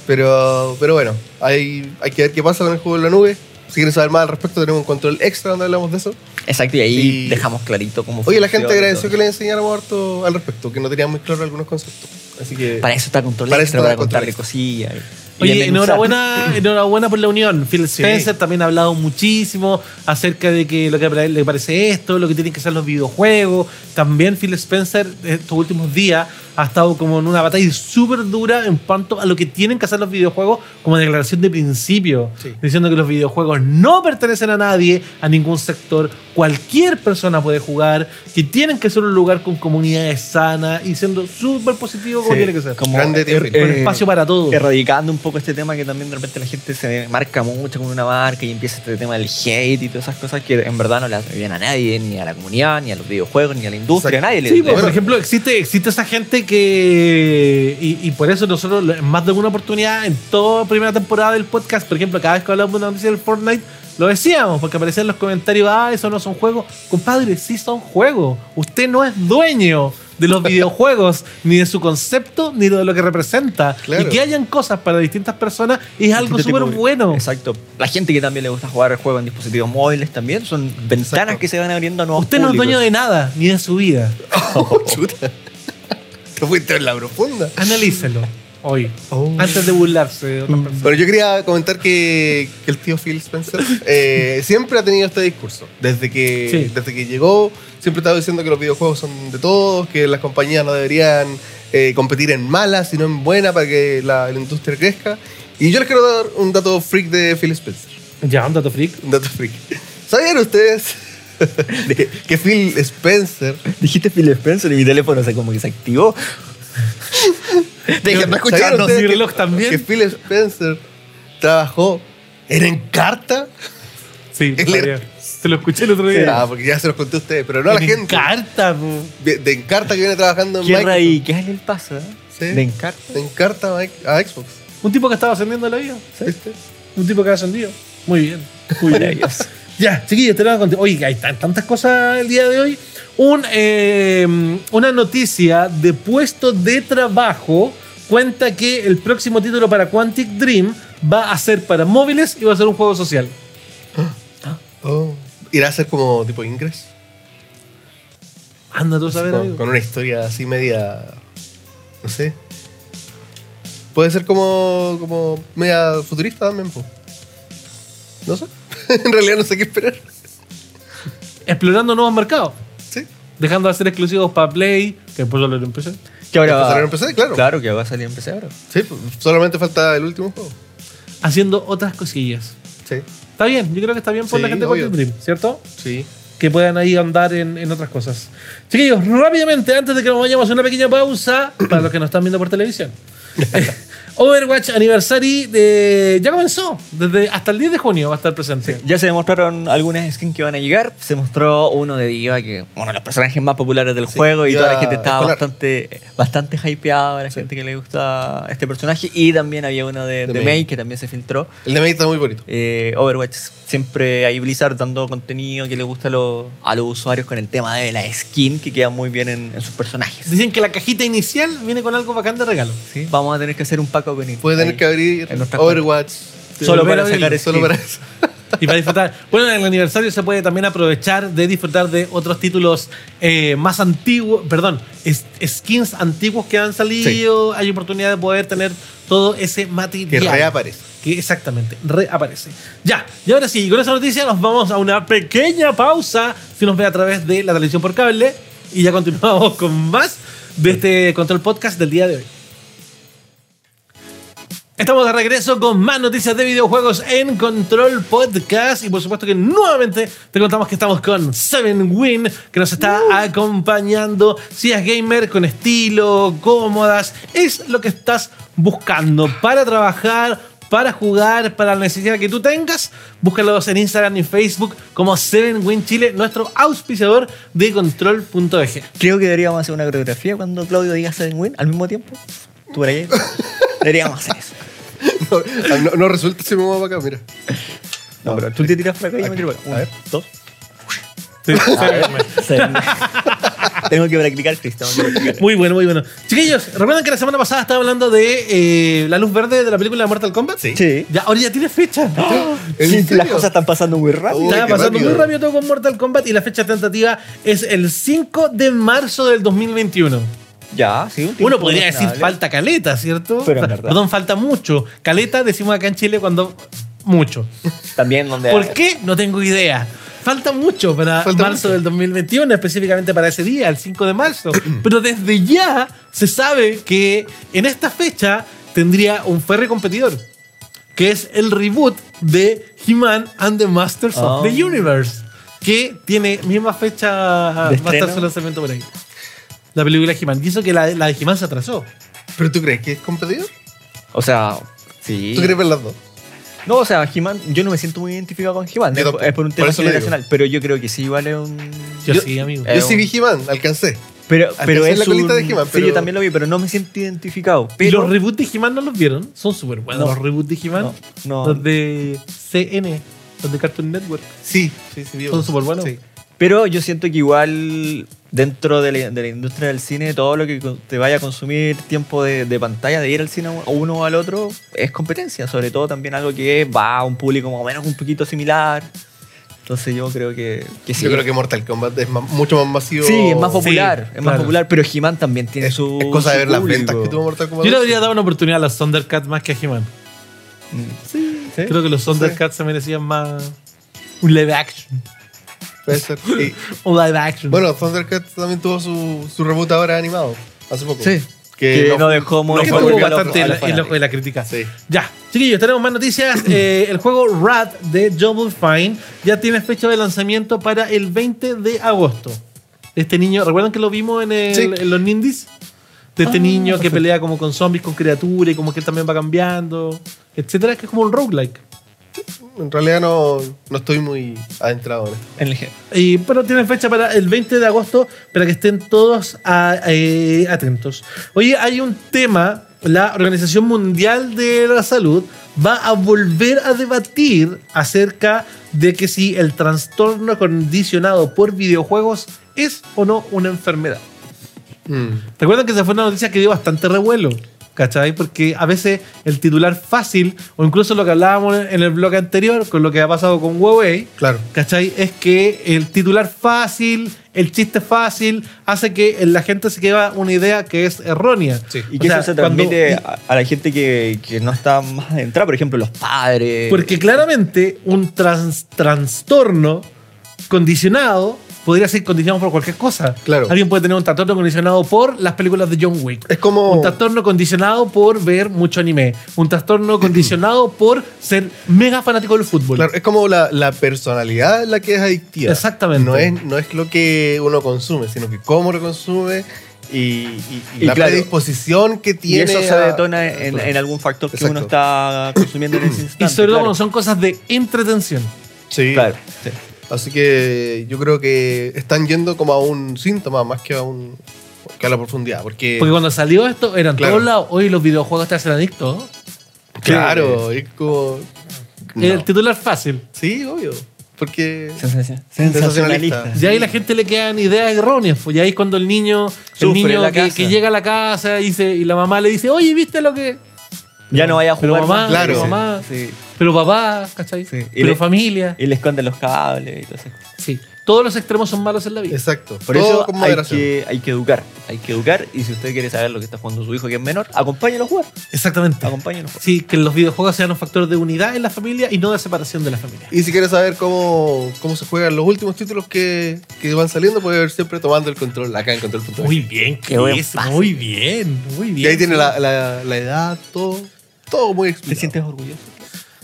Pero, pero bueno, hay, hay que ver qué pasa con el juego en la nube. Si quieren saber más al respecto, tenemos un control extra donde hablamos de eso. Exacto, y ahí Y- dejamos clarito cómo Oye, la gente funciona y agradeció todo. que le enseñáramos harto al respecto, que no tenía muy claro algunos conceptos. Así que. Para eso está control Para eso extra, está para Control contarle Extra. cosillas. y- y Oye, desmenuzar. enhorabuena, enhorabuena por la unión. Phil Spencer también ha hablado muchísimo acerca de que lo que para él le parece esto, lo que tienen que ser los videojuegos. También Phil Spencer, estos últimos días, ha estado como en una batalla súper dura en cuanto a lo que tienen que hacer los videojuegos como declaración de principio. Sí. Diciendo que los videojuegos no pertenecen a nadie, a ningún sector. Cualquier persona puede jugar, que tienen que ser un lugar con comunidades sanas y siendo súper positivo como Sí, tiene que ser. Con como- Grande tío Phil. eh, espacio para todos. erradicando un poco este tema que también de repente la gente se marca mucho con una marca y empieza este tema del hate y todas esas cosas que en verdad no le hacen bien a nadie, ni a la comunidad, ni a los videojuegos, ni a la industria, Exacto. a nadie le Sí, le- pues, por ejemplo, existe, existe esa gente que. Y, y por eso nosotros, en más de una oportunidad, en toda primera temporada del podcast, por ejemplo, cada vez que hablábamos de una noticia del Fortnite, lo decíamos, porque aparecían los comentarios: ah, eso no son juegos. Compadre, sí son juegos. Usted no es dueño de los videojuegos, ni de su concepto, ni de lo que representa. Claro. Y que hayan cosas para distintas personas es algo Distintos Este súper tipos de- bueno. Exacto. La gente que también le gusta jugar juegos en dispositivos móviles también son ventanas que se van abriendo a nuevos Usted no es dueño públicos. de nada, ni de su vida. Chuta. Te fuiste en la profunda. Analícelo hoy, Mm, Oh. Ah, antes de burlarse de otras personas. Bueno, yo quería comentar que, que el tío Phil Spencer eh, siempre ha tenido este discurso. Desde que, Sí. desde que llegó, siempre estaba diciendo que los videojuegos son de todos, que las compañías no deberían eh, competir en malas, sino en buenas para que la, la industria crezca. Y yo les quiero dar un dato freak de Phil Spencer. Ya, un dato freak. Un dato freak. ¿Sabían ustedes que, que Phil Spencer... Dijiste Phil Spencer y mi teléfono se como que se activó. Déjenme ¿sabían escucharnos. ustedes mi que- reloj también. Que Phil Spencer trabajó en Encarta. Sí, El- podría. te lo escuché el otro día. Ah, porque ya se los conté a ustedes, pero no a la En gente. Encarta, po. De, de Encarta que viene trabajando en ¿Qué Microsoft. radical el paso? ¿eh? Sí. De encarta. De Encarta a, X- a Xbox. Un tipo que estaba ascendiendo la vida. ¿Viste? Un tipo que ha ascendido. Muy bien. Muy bien. ya, chiquillos, te lo voy a contar. Oye, hay tan- tantas cosas el día de hoy. Un, eh, una noticia de puesto de trabajo cuenta que el próximo título para Quantic Dream va a ser para móviles y va a ser un juego social. Oh. Irá a ser como tipo Ingress. Anda tú a saber, Con, amigo. con una historia así media. No sé. Puede ser como. como media futurista también, po. No sé. en realidad no sé qué esperar. Explorando nuevos mercados. Sí. dejando de ser exclusivos para Play, Que después solo lo empecé. Que ahora va. ¿Empezará en PC? Claro. Claro, que va a salir en PC ahora. Sí, pues, solamente falta el último juego. Haciendo otras cosillas. Sí, Está bien, yo creo que está bien por Sí, la gente obvio. con Dream, ¿cierto? sí. que puedan ahí andar en, en otras cosas. Chiquillos, rápidamente, antes de que nos vayamos a una pequeña pausa, para los que nos están viendo por televisión. Eh, Overwatch Anniversary de- ya comenzó, desde hasta el 10 de junio va a estar presente. Ya se demostraron algunas skins que van a llegar. Se mostró uno de Diva, que uno de los personajes más populares del juego, y Diva toda la gente estaba escolar. bastante, bastante hypeada, la gente que le gusta este personaje. Y también había uno de, De de May. May, que también se filtró. El de Magic está muy bonito. Eh, Overwatch, siempre hay Blizzard dando contenido que le gusta a, los- a los usuarios con el tema de la skin, que queda muy bien en, en sus personajes. Dicen que la cajita inicial viene con algo bacán de regalo. Sí, Vamos a tener que hacer un pack opening. Puede tener Ahí, que abrir en nuestra cuenta. Overwatch. Solo volver para a sacar abrirlo, skin. Solo para eso. Y para disfrutar. Bueno, en el aniversario se puede también aprovechar de disfrutar de otros títulos eh, más antiguos, perdón, es- skins antiguos que han salido. Hay oportunidad de poder tener todo ese material. Que reaparece. que exactamente reaparece. Ya, y ahora sí, con esa noticia nos vamos a una pequeña pausa si nos ve a través de la televisión por cable y ya continuamos con más de este Control Podcast del día de hoy. Estamos de regreso con más noticias de videojuegos en Control Podcast y por supuesto que nuevamente te contamos que estamos con Seven Win que nos está Uh. acompañando. Si es gamer con estilo, cómodas, es lo que estás buscando para trabajar, para jugar, para la necesidad que tú tengas. Búscalos en Instagram y Facebook como Seven Win Chile, nuestro auspiciador de Control.eg. Creo que deberíamos hacer una coreografía cuando Claudio diga Seven Win al mismo tiempo. Tú por ahí. deberíamos hacer eso. No, no- no resulta si me muevo para acá, mira. No, pero tú te tiras para acá y yo me tiro para acá. A ver. dos. Seven Win. Tengo que practicar, Chris. tengo que practicar. Muy bueno, muy bueno. Chiquillos, ¿recuerdan que la semana pasada estaba hablando de eh, la luz verde de la película de Mortal Kombat? Sí. Ya, ahora ya tiene fecha. ¿En Sí, serio? las cosas están pasando muy rápido. Uy, Estaba qué pasando rápido. muy rápido todo con Mortal Kombat y la fecha tentativa es el 5 de marzo del 2021. Ya, sí. un tiempo Uno podría decir razonable. falta caleta, ¿cierto? Pero en Fa- verdad. Perdón, falta mucho. Caleta decimos acá en Chile cuando mucho. También donde. ¿Por qué? No tengo idea. Falta mucho para Falta marzo mucho. del 2021, específicamente para ese día, el 5 de marzo. Pero desde ya se sabe que en esta fecha tendría un férreo competidor, que es el reboot de He-Man and the Masters Oh. of the Universe, que tiene misma fecha, va a estar estreno? su lanzamiento por ahí. La película de He-Man. Y eso que la, la de He-Man se atrasó. ¿Pero tú crees que es competidor? O sea, sí. ¿Tú crees ver las dos? No, o sea, He-Man, yo no me siento muy identificado con He-Man. Yo Es, tampoco. es por un Por tema eso le digo. generacional. Pero yo creo que sí vale un. Yo, Yo- sí, amigo. Eh, Yo sí vi He-Man, alcancé. Pero, Alcancé pero es la colita un- de He-Man, sí, pero- yo también lo vi, pero no me siento identificado. ¿Y Pero los reboots de He-Man no los vieron? Son súper buenos No. los reboots de He-Man. No, no. Los de CN, los de Cartoon Network. Sí, sí, sí, vi. Son súper buenos. Sí. Pero yo siento que igual dentro de la, de la industria del cine, todo lo que con- te vaya a consumir tiempo de, de pantalla, de ir al cine a uno o al otro, es competencia. Sobre todo también algo que va a un público más o menos un poquito similar. Entonces yo creo que, que sí. Yo creo que Mortal Kombat es ma- mucho más masivo. Sí, es más Sí, popular, es más claro. popular, pero He-Man también tiene Es, su es cosa de su ver las público. ventas que tuvo Mortal Kombat. Yo le 2. habría dado una oportunidad a los Thundercats más que a He-Man. Mm. Sí, Creo que los Thundercats se merecían más un live action. puede ser. Sí. Un live action. Bueno, Thundercat también tuvo su, su reboot ahora animado, hace poco. Sí. Que, no, dejó muy Creo que fue tuvo volvió a los- bastante a el, los el ojo fanáticos. de la crítica. Sí. Ya, chiquillos, tenemos más noticias. Eh, el juego Rat de Double Fine ya tiene fecha de lanzamiento para el 20 de agosto. Este niño, ¿recuerdan que lo vimos en, el- Sí. en los Nindies? De este niño que pelea como con zombies, con criaturas, y como que él también va cambiando, etcétera, que es como un roguelike. En realidad no, no estoy muy adentrado en esto. En el gen- Y, pero tienen fecha para el 20 de agosto para que estén todos a- eh, atentos. Oye, hay un tema. La Organización Mundial de la Salud va a volver a debatir acerca de que si el trastorno condicionado por videojuegos es o no una enfermedad. Mm. Recuerden que esa fue una noticia que dio bastante revuelo, ¿cachai? Porque a veces el titular fácil, o incluso lo que hablábamos en el blog anterior, con lo que ha pasado con Huawei, Claro. ¿Cachai? Es que el titular fácil, el chiste fácil, hace que la gente se quede una idea que es errónea. Sí. Y O que sea, eso se cuando- transmite y- a, a la gente que, que no está más adentrada, por ejemplo, los padres. Porque claramente un trans- trastorno condicionado podría ser condicionado por cualquier cosa. Claro. Alguien puede tener un trastorno condicionado por las películas de John Wick. Es como- Un trastorno condicionado por ver mucho anime. Un trastorno condicionado por ser mega fanático del fútbol. Claro, es como la, la personalidad la que es adictiva. Exactamente. No es, no es lo que uno consume, sino que cómo lo consume y, y- y Y la claro, predisposición que Y tiene. eso se a- detona en, en algún factor que Exacto. uno está consumiendo en ese instante. y sobre todo claro. cuando son cosas de entretención. Sí. Claro. Así que yo creo que están yendo como a un síntoma más que a un que a la profundidad. Porque, Porque cuando salió esto, eran Eh, Claro. todos lados. Hoy los videojuegos te hacen adicto. claro, es como. Era El No. titular fácil. Sí, obvio. Porque. Sensacional- Sensacionalista. Sensacionalista. Y ahí la gente le quedan ideas erróneas. Pues y ahí es cuando el niño, el Sufre niño la que, casa. que llega a la casa y, se- y la mamá le dice, oye, ¿viste lo que...? Ya no vaya a Pero jugar mamá, más. claro. pero mamá, Sí. pero papá, ¿cachai? Sí. Y Pero le- familia. Y le esconden los cables y todo eso. Sí. Todos los extremos son malos en la vida. Exacto. Por Todo eso con hay moderación. que, hay que educar. Hay que educar. Y si usted quiere saber lo que está jugando su hijo que es menor, acompáñalo a jugar. Exactamente. Acompáñalo a jugar. Sí, que los videojuegos sean un factor de unidad en la familia y no de separación de la familia. Y si quieres saber cómo, cómo se juegan los últimos títulos que, que van saliendo, puedes ver siempre tomando el control acá en control. Muy bien, Qué buen Chris, pase. Muy bien, muy bien. Y ahí tiene la, la- la edad, todo, todo muy ¿Te explicado. sientes orgulloso?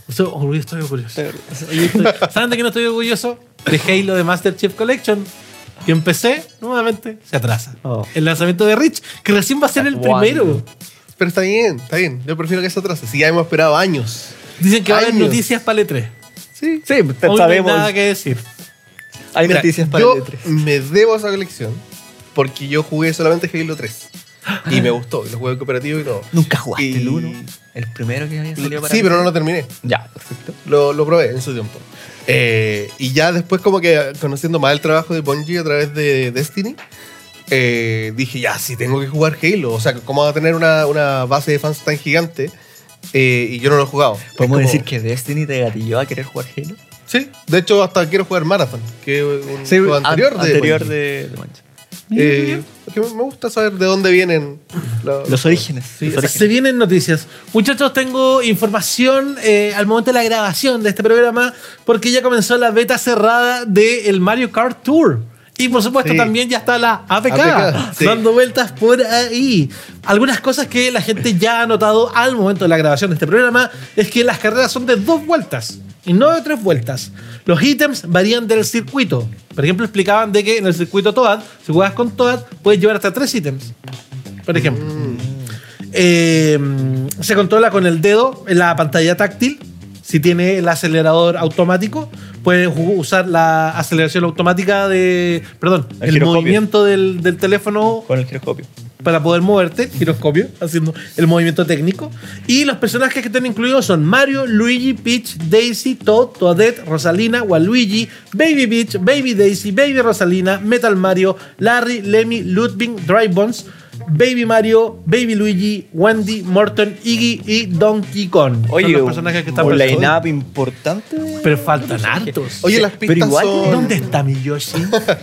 Estoy orgulloso, estoy orgulloso. Estoy orgulloso. Oye, estoy- ¿Saben de qué no estoy orgulloso? De Halo de Master Chief Collection. Que empecé, nuevamente, se atrasa. Oh. El lanzamiento de Rich, que recién va a ser el ¿Cuándo? primero. Pero está bien, está bien. Yo prefiero que se atrase. Si ya hemos esperado años. Dicen que va a haber Años. noticias para el E3. Sí. Sí, te- Hoy no hay sabemos. nada que decir. Hay Mira, noticias para yo el E E3. me debo a esa colección porque yo jugué solamente Halo 3. Y me gustó. Y lo jugué en cooperativo y todo. ¿Nunca jugaste Y- el 1? El primero que había salido para Sí, mí. pero no lo terminé. Ya, perfecto. Lo, lo probé en su tiempo. Eh, y ya después como que conociendo más el trabajo de Bungie a través de Destiny, eh, dije, ya, sí, tengo que jugar Halo. O sea, ¿cómo va a tener una, una base de fans tan gigante? Eh, y yo no lo he jugado. Es ¿Podemos como- decir que Destiny te gatilló a querer jugar Halo? Sí, de hecho hasta quiero jugar Marathon, que es un juego an- anterior de... anterior Bungie. de, de Bungie. Eh, porque me gusta saber de dónde vienen la- Los orígenes. Sí, los orígenes. se vienen noticias. Muchachos, tengo información eh, al momento de la grabación de este programa porque ya comenzó la beta cerrada del Mario Kart Tour. Y por supuesto Sí. también ya está la APK, APK, sí. dando vueltas por ahí. Algunas cosas que la gente ya ha notado al momento de la grabación de este programa es que las carreras son de dos vueltas y no de tres vueltas. Los ítems varían del circuito. Por ejemplo, explicaban de que en el circuito Toad, si juegas con Toad, puedes llevar hasta tres ítems. Por ejemplo. Eh, se controla con el dedo en la pantalla táctil. Si tiene el acelerador automático, puede ju- usar la aceleración automática de. Perdón, El el, giroscopio. movimiento del, del teléfono Con el giroscopio. para poder moverte, giroscopio, haciendo el movimiento técnico. Y los personajes que están incluidos son Mario, Luigi, Peach, Daisy, Toad, Toadette, Rosalina, Waluigi, Baby Peach, Baby Daisy, Baby Rosalina, Metal Mario, Larry, Lemmy, Ludwig, Dry Bones, Baby Mario, Baby Luigi, Wendy, Morton, Iggy y Donkey Kong. son Oye, los personajes que están un presentes. line-up importante. Pero faltan hartos. Oye, las Pero pistas igual, son... ¿Dónde está mi Yoshi?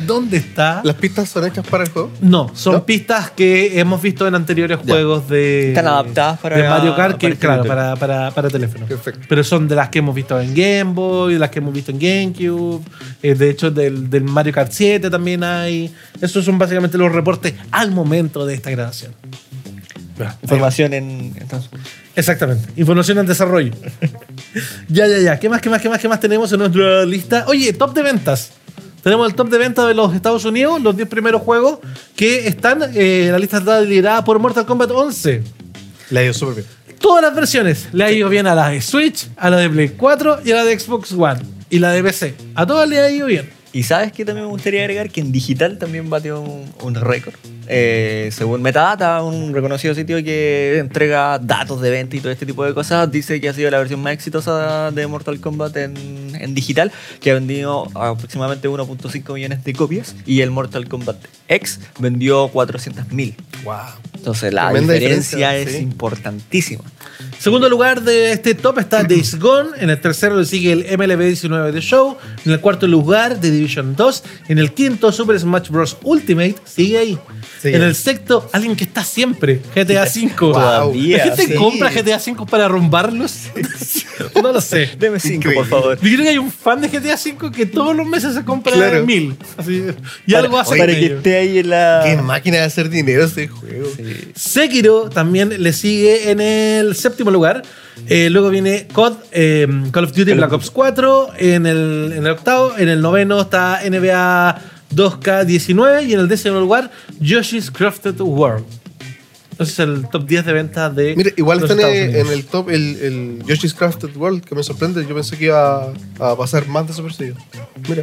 ¿Dónde está? ¿Las pistas son hechas para el juego? No, son ¿No? pistas que hemos visto en anteriores Ya. juegos de. Están adaptadas para- de Mario Kart, que, para este claro, para, teléfono. para, para teléfono. Perfecto. Pero son de las que hemos visto en Game Boy, de las que hemos visto en GameCube. eh, de hecho, del, del Mario Kart 7 también hay. Esos son básicamente los reportes al momento de esta grabación. Información en, en transcurso. Exactamente. Información en desarrollo. ya, ya, ya. ¿Qué más, qué más, qué más, qué más tenemos en nuestra lista? Oye, top de ventas. Tenemos el top de ventas de los Estados Unidos, los 10 primeros juegos que están eh, en la lista está liderada por Mortal Kombat 11. La dio súper bien. Todas las versiones. Le ha ido bien a la de Switch, a la de Play 4 y a la de Xbox One. Y la de PC. A todas le ha ido bien. Y sabes que también me gustaría agregar que en digital también batió un, un récord. Eh, según Metadata, un reconocido sitio que entrega datos de venta y todo este tipo de cosas, dice que ha sido la versión más exitosa de Mortal Kombat en, en digital, que ha vendido aproximadamente 1.5 millones de copias y el Mortal Kombat X vendió 400.000. Wow. Entonces la Tremenda diferencia, diferencia, es sí. importantísima. Segundo lugar de este top está Days Gone. En el tercero le sigue el MLB 19 The Show. En el cuarto lugar, The Division 2. En el quinto, Super Smash Bros. Ultimate. Sigue ahí. Sí. En el sexto, alguien que está siempre, GTA V. Todavía, ¿La gente sí. compra GTA V para arrumbarlos? no lo sé. Deme cinco, por Increíble. favor. Yo creo que hay un fan de GTA V que todos los meses se compra Claro. mil. Así, y Para- algo hace Para con que ello. esté ahí en la. Qué máquina de hacer dinero este juego. Sekiro también le sigue en el séptimo lugar. Eh, luego viene COD, eh, Call of Duty Black Ops 4 en el, en el octavo. En el noveno está NBA 2K19 y en el décimo lugar Yoshi's Crafted World. Entonces el top 10 de ventas de. Mira, igual los están Estados en, Unidos. en el top el, el Yoshi's Crafted World, que me sorprende. Yo pensé que iba a, a pasar más desapercibido. Mira.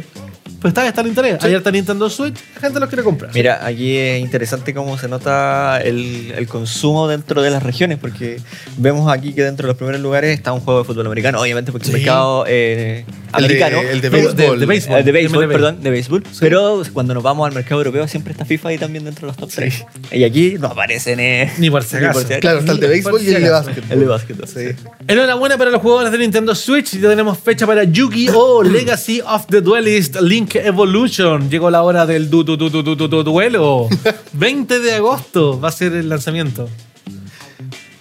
Pues está, está en interés. Ayer está Nintendo Switch, la gente los quiere comprar. Mira, aquí es interesante cómo se nota el, el consumo dentro de las regiones, porque vemos aquí que dentro de los primeros lugares está un juego de fútbol americano, obviamente porque Sí. el mercado eh, americano. El de, el de pero- béisbol. de béisbol. eh, de béisbol, MLB. perdón, de béisbol. Pero cuando nos vamos al mercado europeo siempre está FIFA ahí también dentro de los top 3. Y aquí no aparecen. eh, Ni por si acaso. Claro, está el de béisbol y el de básquet. El de básquet. Sí. Enhorabuena para los jugadores de Nintendo Switch. Ya tenemos fecha para Yu-Gi-Oh! Legacy of the Duelist Link Evolution. Llegó la hora del du du du du du du- du- duelo. 20 de agosto va a ser el lanzamiento.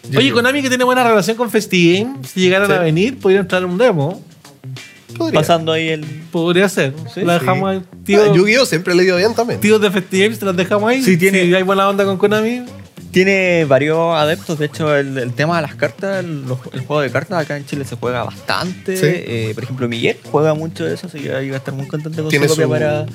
Oye, Yu-Gi-Oh. Konami que tiene buena relación con Festigame. Si llegaran Sí. a venir, podrían traer un demo. Podría. Pasando ahí el. Podría ser. Sí, la Sí. dejamos ahí. Ah, Tío, Yu-Gi-Oh! siempre le dio bien también. tíos de Festigame, se las dejamos ahí. Sí, tiene- Si hay buena onda con Konami. Tiene varios adeptos, de hecho el, el tema de las cartas, el, los- el juego de cartas acá en Chile se juega bastante. Sí. Eh, por ejemplo, Miguel juega mucho de eso, así que ahí va a estar muy contento con su Tiene copia su- para...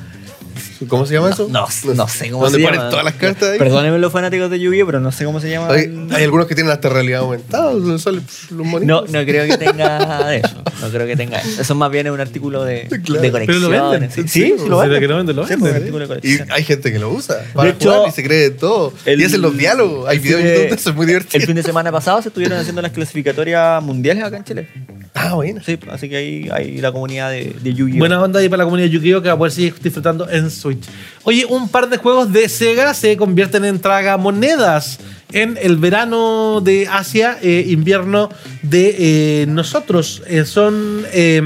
¿Cómo se llama eso? No, no sé cómo ¿Dónde se llama. ponen todas las cartas ahí? Perdónenme los fanáticos de Yu-Gi-Oh, pero no sé cómo se llama. Hay, hay algunos que tienen hasta realidad aumentada. donde sale, pf, los No, monitos. no creo que tenga eso. No creo que tenga eso. Eso más bien es un artículo de, Claro. de Pero colección. lo venden. Sí, sí, pues, sí, lo si venden. que lo venden, lo Sí, pues, un venden. artículo de Y colección. hay gente que lo usa para hecho, jugar y se cree de todo. El- y hacen los diálogos. Hay el videos fin en de- YouTube, eso es muy El fin divertido. de semana pasado se estuvieron haciendo las clasificatorias mundiales acá en Chile. Ah, bueno. Sí, así que ahí hay la comunidad de, de Yu-Gi-Oh. Buena onda ahí para la comunidad de Yu-Gi-Oh! que va a poder seguir disfrutando en Switch. Oye, un par de juegos de Sega se convierten en tragamonedas en el verano de Asia, eh, invierno de eh, nosotros. Eh, son eh,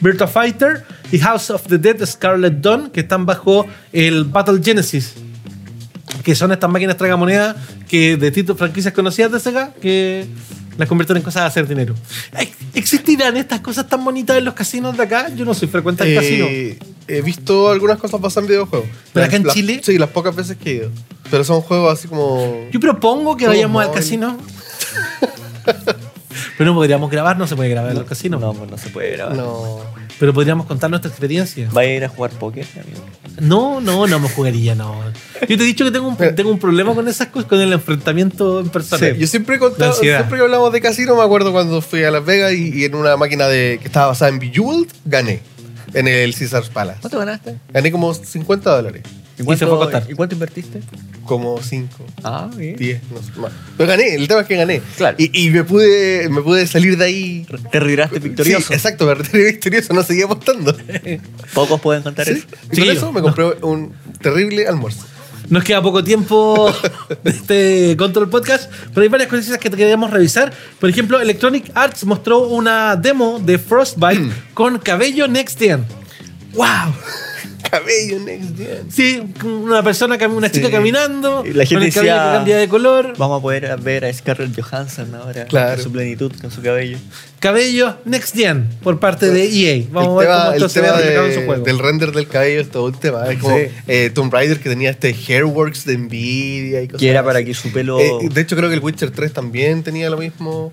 Virtua Fighter y House of the Dead Scarlet Dawn, que están bajo el Battle Genesis. Que son estas máquinas tragamonedas que de títulos franquicias conocidas de Sega que las convierten en cosas de hacer dinero. Ex- ¿Existirán estas cosas tan bonitas en los casinos de acá? Yo no soy frecuente al Eh, casino. He visto algunas cosas pasan en videojuegos. ¿Pero Las- acá en las- Chile? Sí, las pocas veces que he ido. Pero son juegos así como. Yo propongo que Somos vayamos al móviles. casino. Pero no podríamos grabar, no se puede grabar en los casinos. No, pues no se puede grabar. No. Pero podríamos contar nuestra experiencia. ¿Va a ir a jugar póker, amigo? No, no, no me jugaría, no. Yo te he dicho que tengo un, tengo un problema con esas cosas, con el enfrentamiento en persona. Sí, yo siempre he La contado, ansiedad. siempre que hablamos de casino, me acuerdo cuando fui a Las Vegas y, y en una máquina de que estaba basada en Bejeweled, gané. En el Caesars Palace. ¿Cuánto ganaste? Gané como 50 dólares. Y se fue a acostar. ¿Y cuánto invertiste? Como 5. Ah, bien. 10, no sé más. Pero gané, el tema es que gané. Claro. Y, y me pude me pude salir de ahí. Te retiraste victorioso. Sí, exacto, me retiré victorioso, no seguía apostando. Pocos pueden contar Sí. eso. Y con Chiquillo, eso me compré un terrible almuerzo. Nos queda poco tiempo de este Control Podcast, pero hay varias cositas que queríamos revisar. Por ejemplo, Electronic Arts mostró una demo de Frostbite Mm. con cabello Next Gen. ¡Wow! Cabello next gen. Sí, una persona, cami- una chica caminando, Y la gente con el cabello decía- que cambia de color, Vamos a poder ver a Scarlett Johansson ahora Claro. con su plenitud, con su cabello. cabello Next Gen por parte de EA. Vamos a ver el tema, cómo esto el se ve tema reflejado en su de- juego. del render del cabello es todo un tema. Es como Sí. eh, Tomb Raider que tenía este Hairworks de Nvidia y cosas Que era para así. que su pelo. Eh, de hecho, creo que el Witcher 3 también tenía lo mismo.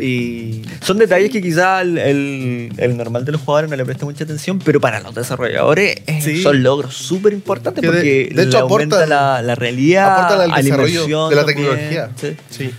Y. Son detalles que quizá el, el- el normal de los jugadores no le presta mucha atención, pero para los desarrolladores eh, Sí. son logros súper importantes Que de- porque de hecho le aumenta aportan- la, la realidad, aportan al a la desarrollo inmersión de la también, tecnología. sí. Sí.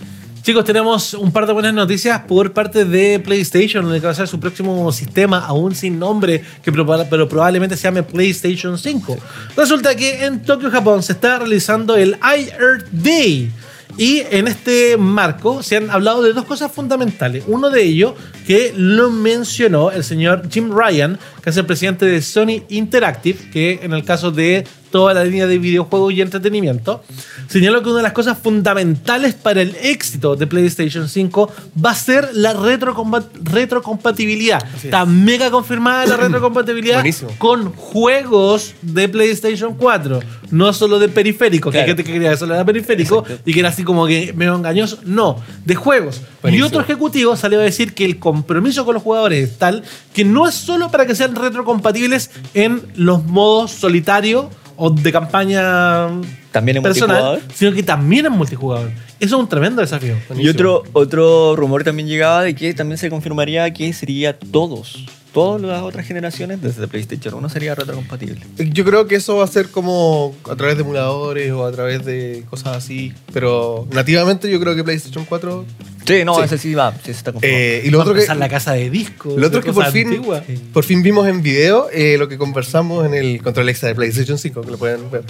Chicos, tenemos un par de buenas noticias por parte de PlayStation, donde va a ser su próximo sistema, aún sin nombre, que proba- pero probablemente se llame PlayStation 5. Resulta que en Tokio, Japón, se está realizando el IR Day. Y en este marco se han hablado de dos cosas fundamentales. Uno de ellos, que lo mencionó el señor Jim Ryan, que es el presidente de Sony Interactive, que en el caso de toda la línea de videojuegos y entretenimiento, señaló que una de las cosas fundamentales para el éxito de PlayStation 5 va a ser la retrocompa- retrocompatibilidad. es. Está mega confirmada la retrocompatibilidad Buenísimo. con juegos de PlayStation 4, no solo de periféricos, que hay Claro. gente que creía que solo era periférico y que era así como que medio engañoso. No, de juegos. Buenísimo. Y otro ejecutivo salió a decir que el compromiso con los jugadores es tal que no es solo para que sean retrocompatibles en los modos solitario o de campaña También en personal, multijugador. sino que también en multijugador. Eso es un tremendo desafío. Buenísimo. Y otro, otro rumor también llegaba de que también se confirmaría que sería todos, todas las otras generaciones desde PlayStation 1 sería retrocompatible. Yo creo que eso va a ser como a través de emuladores o a través de cosas así, pero nativamente yo creo que PlayStation 4... Sí, no, Sí. ese sí va, sí está confirmado. eh, y lo Va a otro que... empezar la casa de discos. Lo otro de que por cosas fin, antiguas. por fin vimos en video, eh, lo que conversamos en el control extra de PlayStation 5, que lo pueden ver,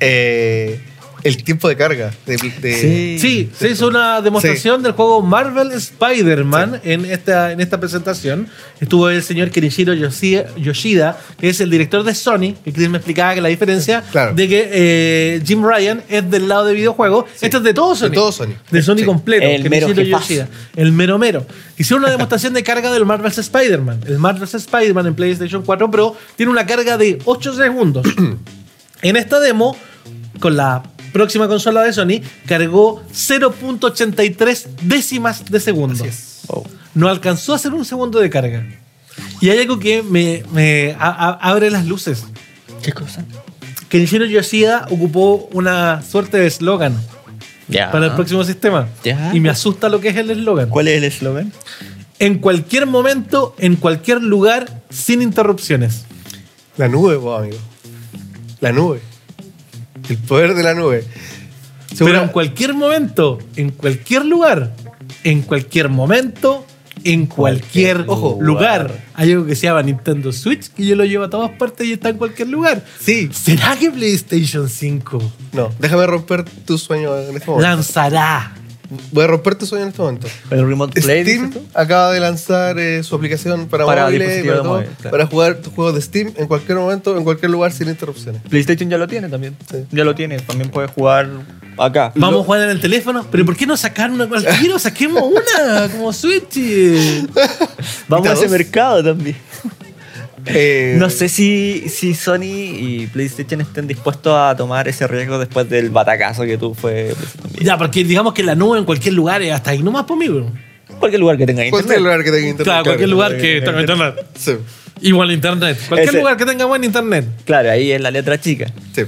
eh, el tiempo de carga. De, de- Sí, se hizo una demostración del juego Marvel Spider-Man en, esta, en esta presentación. Estuvo el señor Kenichiro Yoshi- Yoshida, que es el director de Sony, que Chris me explicaba que la diferencia Claro. de que eh, Jim Ryan es del lado de videojuegos. Esto es de todo Sony. De todo Sony. De Sony Sí. completo. El mero Kenichiro jefazo. Yoshida. El mero mero. Hicieron una demostración de carga del Marvel's Spider-Man. El Marvel's Spider-Man en PlayStation 4 Pro tiene una carga de 8 segundos. en esta demo, con la próxima consola de Sony, cargó 0.83 décimas de segundo. Así es. Wow. No alcanzó a hacer un segundo de carga. Y hay algo que me, me a- a- abre las luces. ¿Qué cosa? Que Nishiro Yoshida ocupó una suerte de eslogan Ya. para el próximo sistema. Ah. Ya. Y me asusta lo que es el eslogan. ¿Cuál es el eslogan? En cualquier momento, en cualquier lugar, sin interrupciones. La nube, vos, amigo. La nube. El poder de la nube. Pero en cualquier momento, en cualquier lugar, en cualquier momento, en cualquier Ojo. lugar. Hay algo que se llama Nintendo Switch que yo lo llevo a todas partes y está en cualquier lugar. Sí. ¿Será que PlayStation 5 No, déjame romper tu sueño en este momento. lanzará? Voy a romper tu sueño en este momento. ¿El Remote Play? Steam dices tú? acaba de lanzar eh, su aplicación para, Para móviles, dispositivos para, de todo, móvil, claro. para jugar tus juegos de Steam en cualquier momento, en cualquier lugar, sin interrupciones. PlayStation ya lo tiene también. Sí. Ya lo tiene, también puedes jugar acá. Vamos a jugar en el teléfono, pero ¿por qué no sacar una cualquiera? Saquemos una como Switch. eh. Vamos a ese Dos. mercado también. Eh, No sé si, si Sony y PlayStation estén dispuestos a tomar ese riesgo después del batacazo que tú fue PlayStation Vita. Ya, porque digamos que la nube en cualquier lugar es hasta ahí nomás por mí, bro. Cualquier lugar que tenga Cualquier internet. Pues lugar que tenga internet. Claro, cualquier lugar que claro, tenga internet. Sí, Igual internet. Cualquier Ese- lugar que tenga buen internet. Claro, ahí es la letra chica. sí.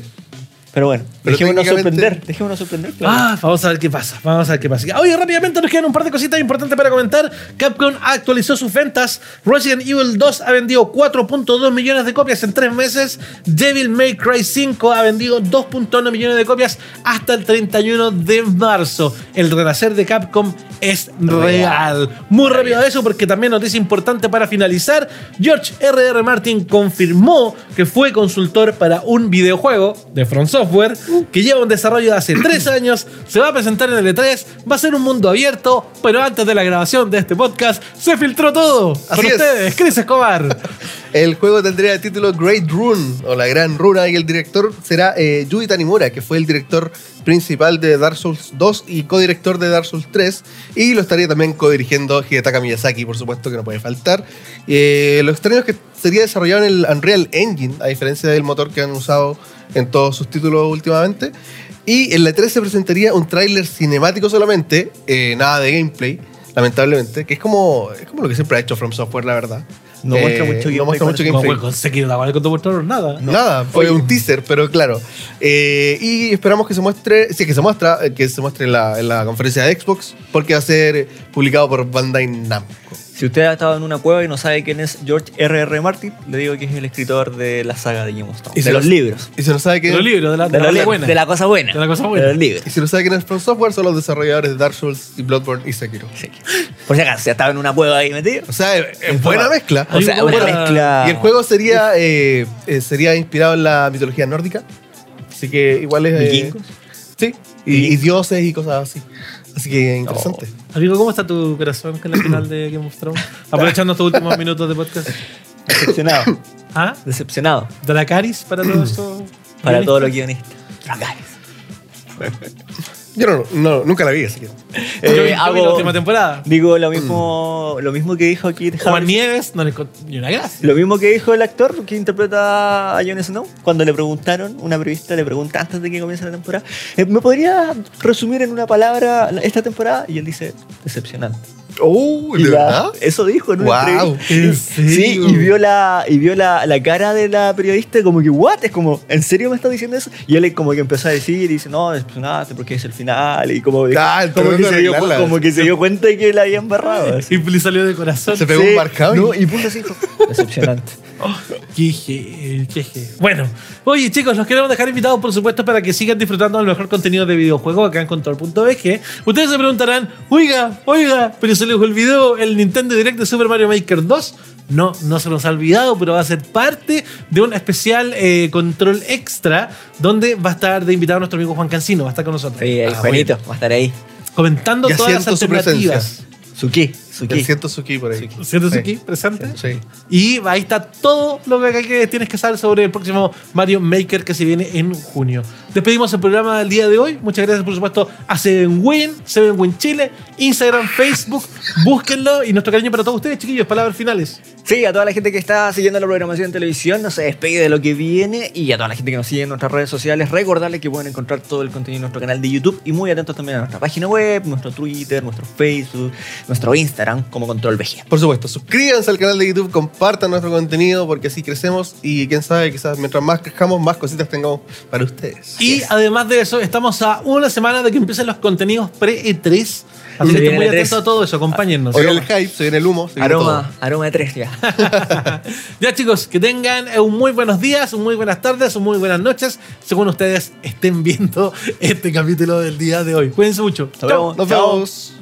Pero bueno, Pero dejémonos técnicamente- sorprender. Dejémonos sorprender. claro. Ah, vamos a ver qué pasa. Vamos a ver qué pasa. Oye, rápidamente nos quedan un par de cositas importantes para comentar. Capcom actualizó sus ventas. Resident Evil 2 ha vendido 4.2 millones de copias en tres meses. Devil May Cry 5 ha vendido 2.1 millones de copias hasta el 31 de marzo. El renacer de Capcom es real. Muy rápido eso porque también noticia importante para finalizar. George R.R. Martin confirmó que fue consultor para un videojuego de From Software que lleva un desarrollo de hace tres años, se va a presentar en el E3, va a ser un mundo abierto, pero antes de la grabación de este podcast se filtró todo. Así Con es. ustedes, Chris Escobar. El juego tendría el título Great Rune, o La Gran Runa, y el director será eh, Yuji Tanimura, que fue el director principal de Dark Souls 2 y codirector de Dark Souls 3, y lo estaría también codirigiendo Hidetaka Miyazaki, por supuesto que no puede faltar. Eh, lo extraño es que sería desarrollado en el Unreal Engine, a diferencia del motor que han usado en todos sus títulos últimamente. Y en la 3 se presentaría un tráiler cinemático solamente, eh, nada de gameplay, lamentablemente, que es como, es como lo que siempre ha hecho From Software, la verdad. No muestra mucho Eh, gameplay No muestra con mucho Como gameplay. fue con Sekiro, la cual no te mostraron nada. Nada, fue un teaser, pero claro. Eh, y esperamos que se muestre, sí, que se muestra, eh, que se muestre en la, en la conferencia de Xbox, porque va a ser eh, publicado por Bandai Namco. Si usted ha estado en una cueva y no sabe quién es George R.R. Martin, le digo que es el escritor de la saga de Game of Thrones, De se los lo- libros. Y se nos sabe que. De los libros, de la, De, de la los libros, buena. de la cosa buena. De la cosa buena. De los libros. Y se nos sabe que no es From Software, son los desarrolladores de Dark Souls y Bloodborne y Sekiro. Sí. Por si acaso, ya estaba en una cueva ahí metido. O sea, es, es buena Bueno, mezcla. O sea, una Buena- mezcla. Y el juego sería eh, eh, sería inspirado en la mitología nórdica. Así que igual es. eh, ¿Vikingos? sí. Y, y dioses y cosas así. Así que interesante. Oh. Amigo, ¿cómo está tu corazón con la final de Game of Thrones? Aprovechando estos últimos minutos de podcast. Decepcionado. ¿Ah? Decepcionado. ¿Dracaris para todo esto? Para todos los guionistas. Dracarys. Yo no, no, nunca la vi, así que. Yo vi- yo Eh, vi la hago- última temporada. Digo lo mismo, lo mismo que dijo aquí Juan Nieves no le encontró ni una gracia. Lo mismo que dijo el actor que interpreta a Jon Snow, cuando le preguntaron, una periodista le pregunta antes de que comience la temporada, eh, ¿me podría resumir en una palabra la- esta temporada? Y él dice, decepcionante. ¡Oh! Y ¿De la- verdad? Eso dijo en una Guau, entrevista. ¿en Y- serio? Sí, y vio, la, y vio la, la cara de la periodista como que, ¿what? Es como, ¿en serio me está diciendo eso? Y él como que empezó a decir, y dice, no, decepcionante porque es el final. Y como, Ah, como, tratando que de se dio, cu- arreglarla. como que se dio cuenta de que la había embarrado. así. Y le salió de corazón. Oh, Se pegó Sí, un marcado. Ah, No, y puso así, decepcionante. Qué ge- qué ge- Bueno, oye chicos, los queremos dejar invitados por supuesto para que sigan disfrutando del mejor contenido de videojuegos acá en Control.bg. Ustedes se preguntarán, oiga, oiga, pero se les olvidó el Nintendo Direct de Super Mario Maker 2. No, no se nos ha olvidado, pero va a ser parte de un especial eh, control extra donde va a estar de invitado nuestro amigo Juan Cancino, va a estar con nosotros. Sí, el Ah, Juanito va a estar ahí. Comentando Ya todas las siento su presencia. alternativas. Suki, Ya Suki. siento su ki por ahí. ¿Sientes Sí. aquí presente? Sí. Y ahí está todo lo que, que tienes que saber sobre el próximo Mario Maker que se viene en junio. Despedimos el programa del día de hoy. Muchas gracias, por supuesto, a Seven Win, Seven Win Chile, Instagram, Facebook. Búsquenlo y nuestro cariño para todos ustedes, chiquillos. Palabras finales. Sí, a toda la gente que está siguiendo la programación en televisión, no se despegue de lo que viene. Y a toda la gente que nos sigue en nuestras redes sociales, recordarles que pueden encontrar todo el contenido en nuestro canal de YouTube y muy atentos también a nuestra página web, nuestro Twitter, nuestro Facebook, nuestro Instagram como Control VG. Por supuesto, suscríbanse al canal de YouTube, compartan nuestro contenido porque así crecemos y quién sabe, quizás mientras más crezcamos, más cositas tengamos para ustedes. Y además de eso, estamos a una semana de que empiecen los contenidos pre-E3. Así Se que estén viene muy el E3. atentos a todo eso. Acompáñennos. se viene el hype, se viene el humo, se viene Aroma, aroma de tres ya. ya chicos, que tengan eh, un muy buenos días, un muy buenas tardes, un muy buenas noches, según ustedes estén viendo este capítulo del día de hoy. Cuídense mucho. Nos Chao. vemos. todo. Nos Chao. vemos.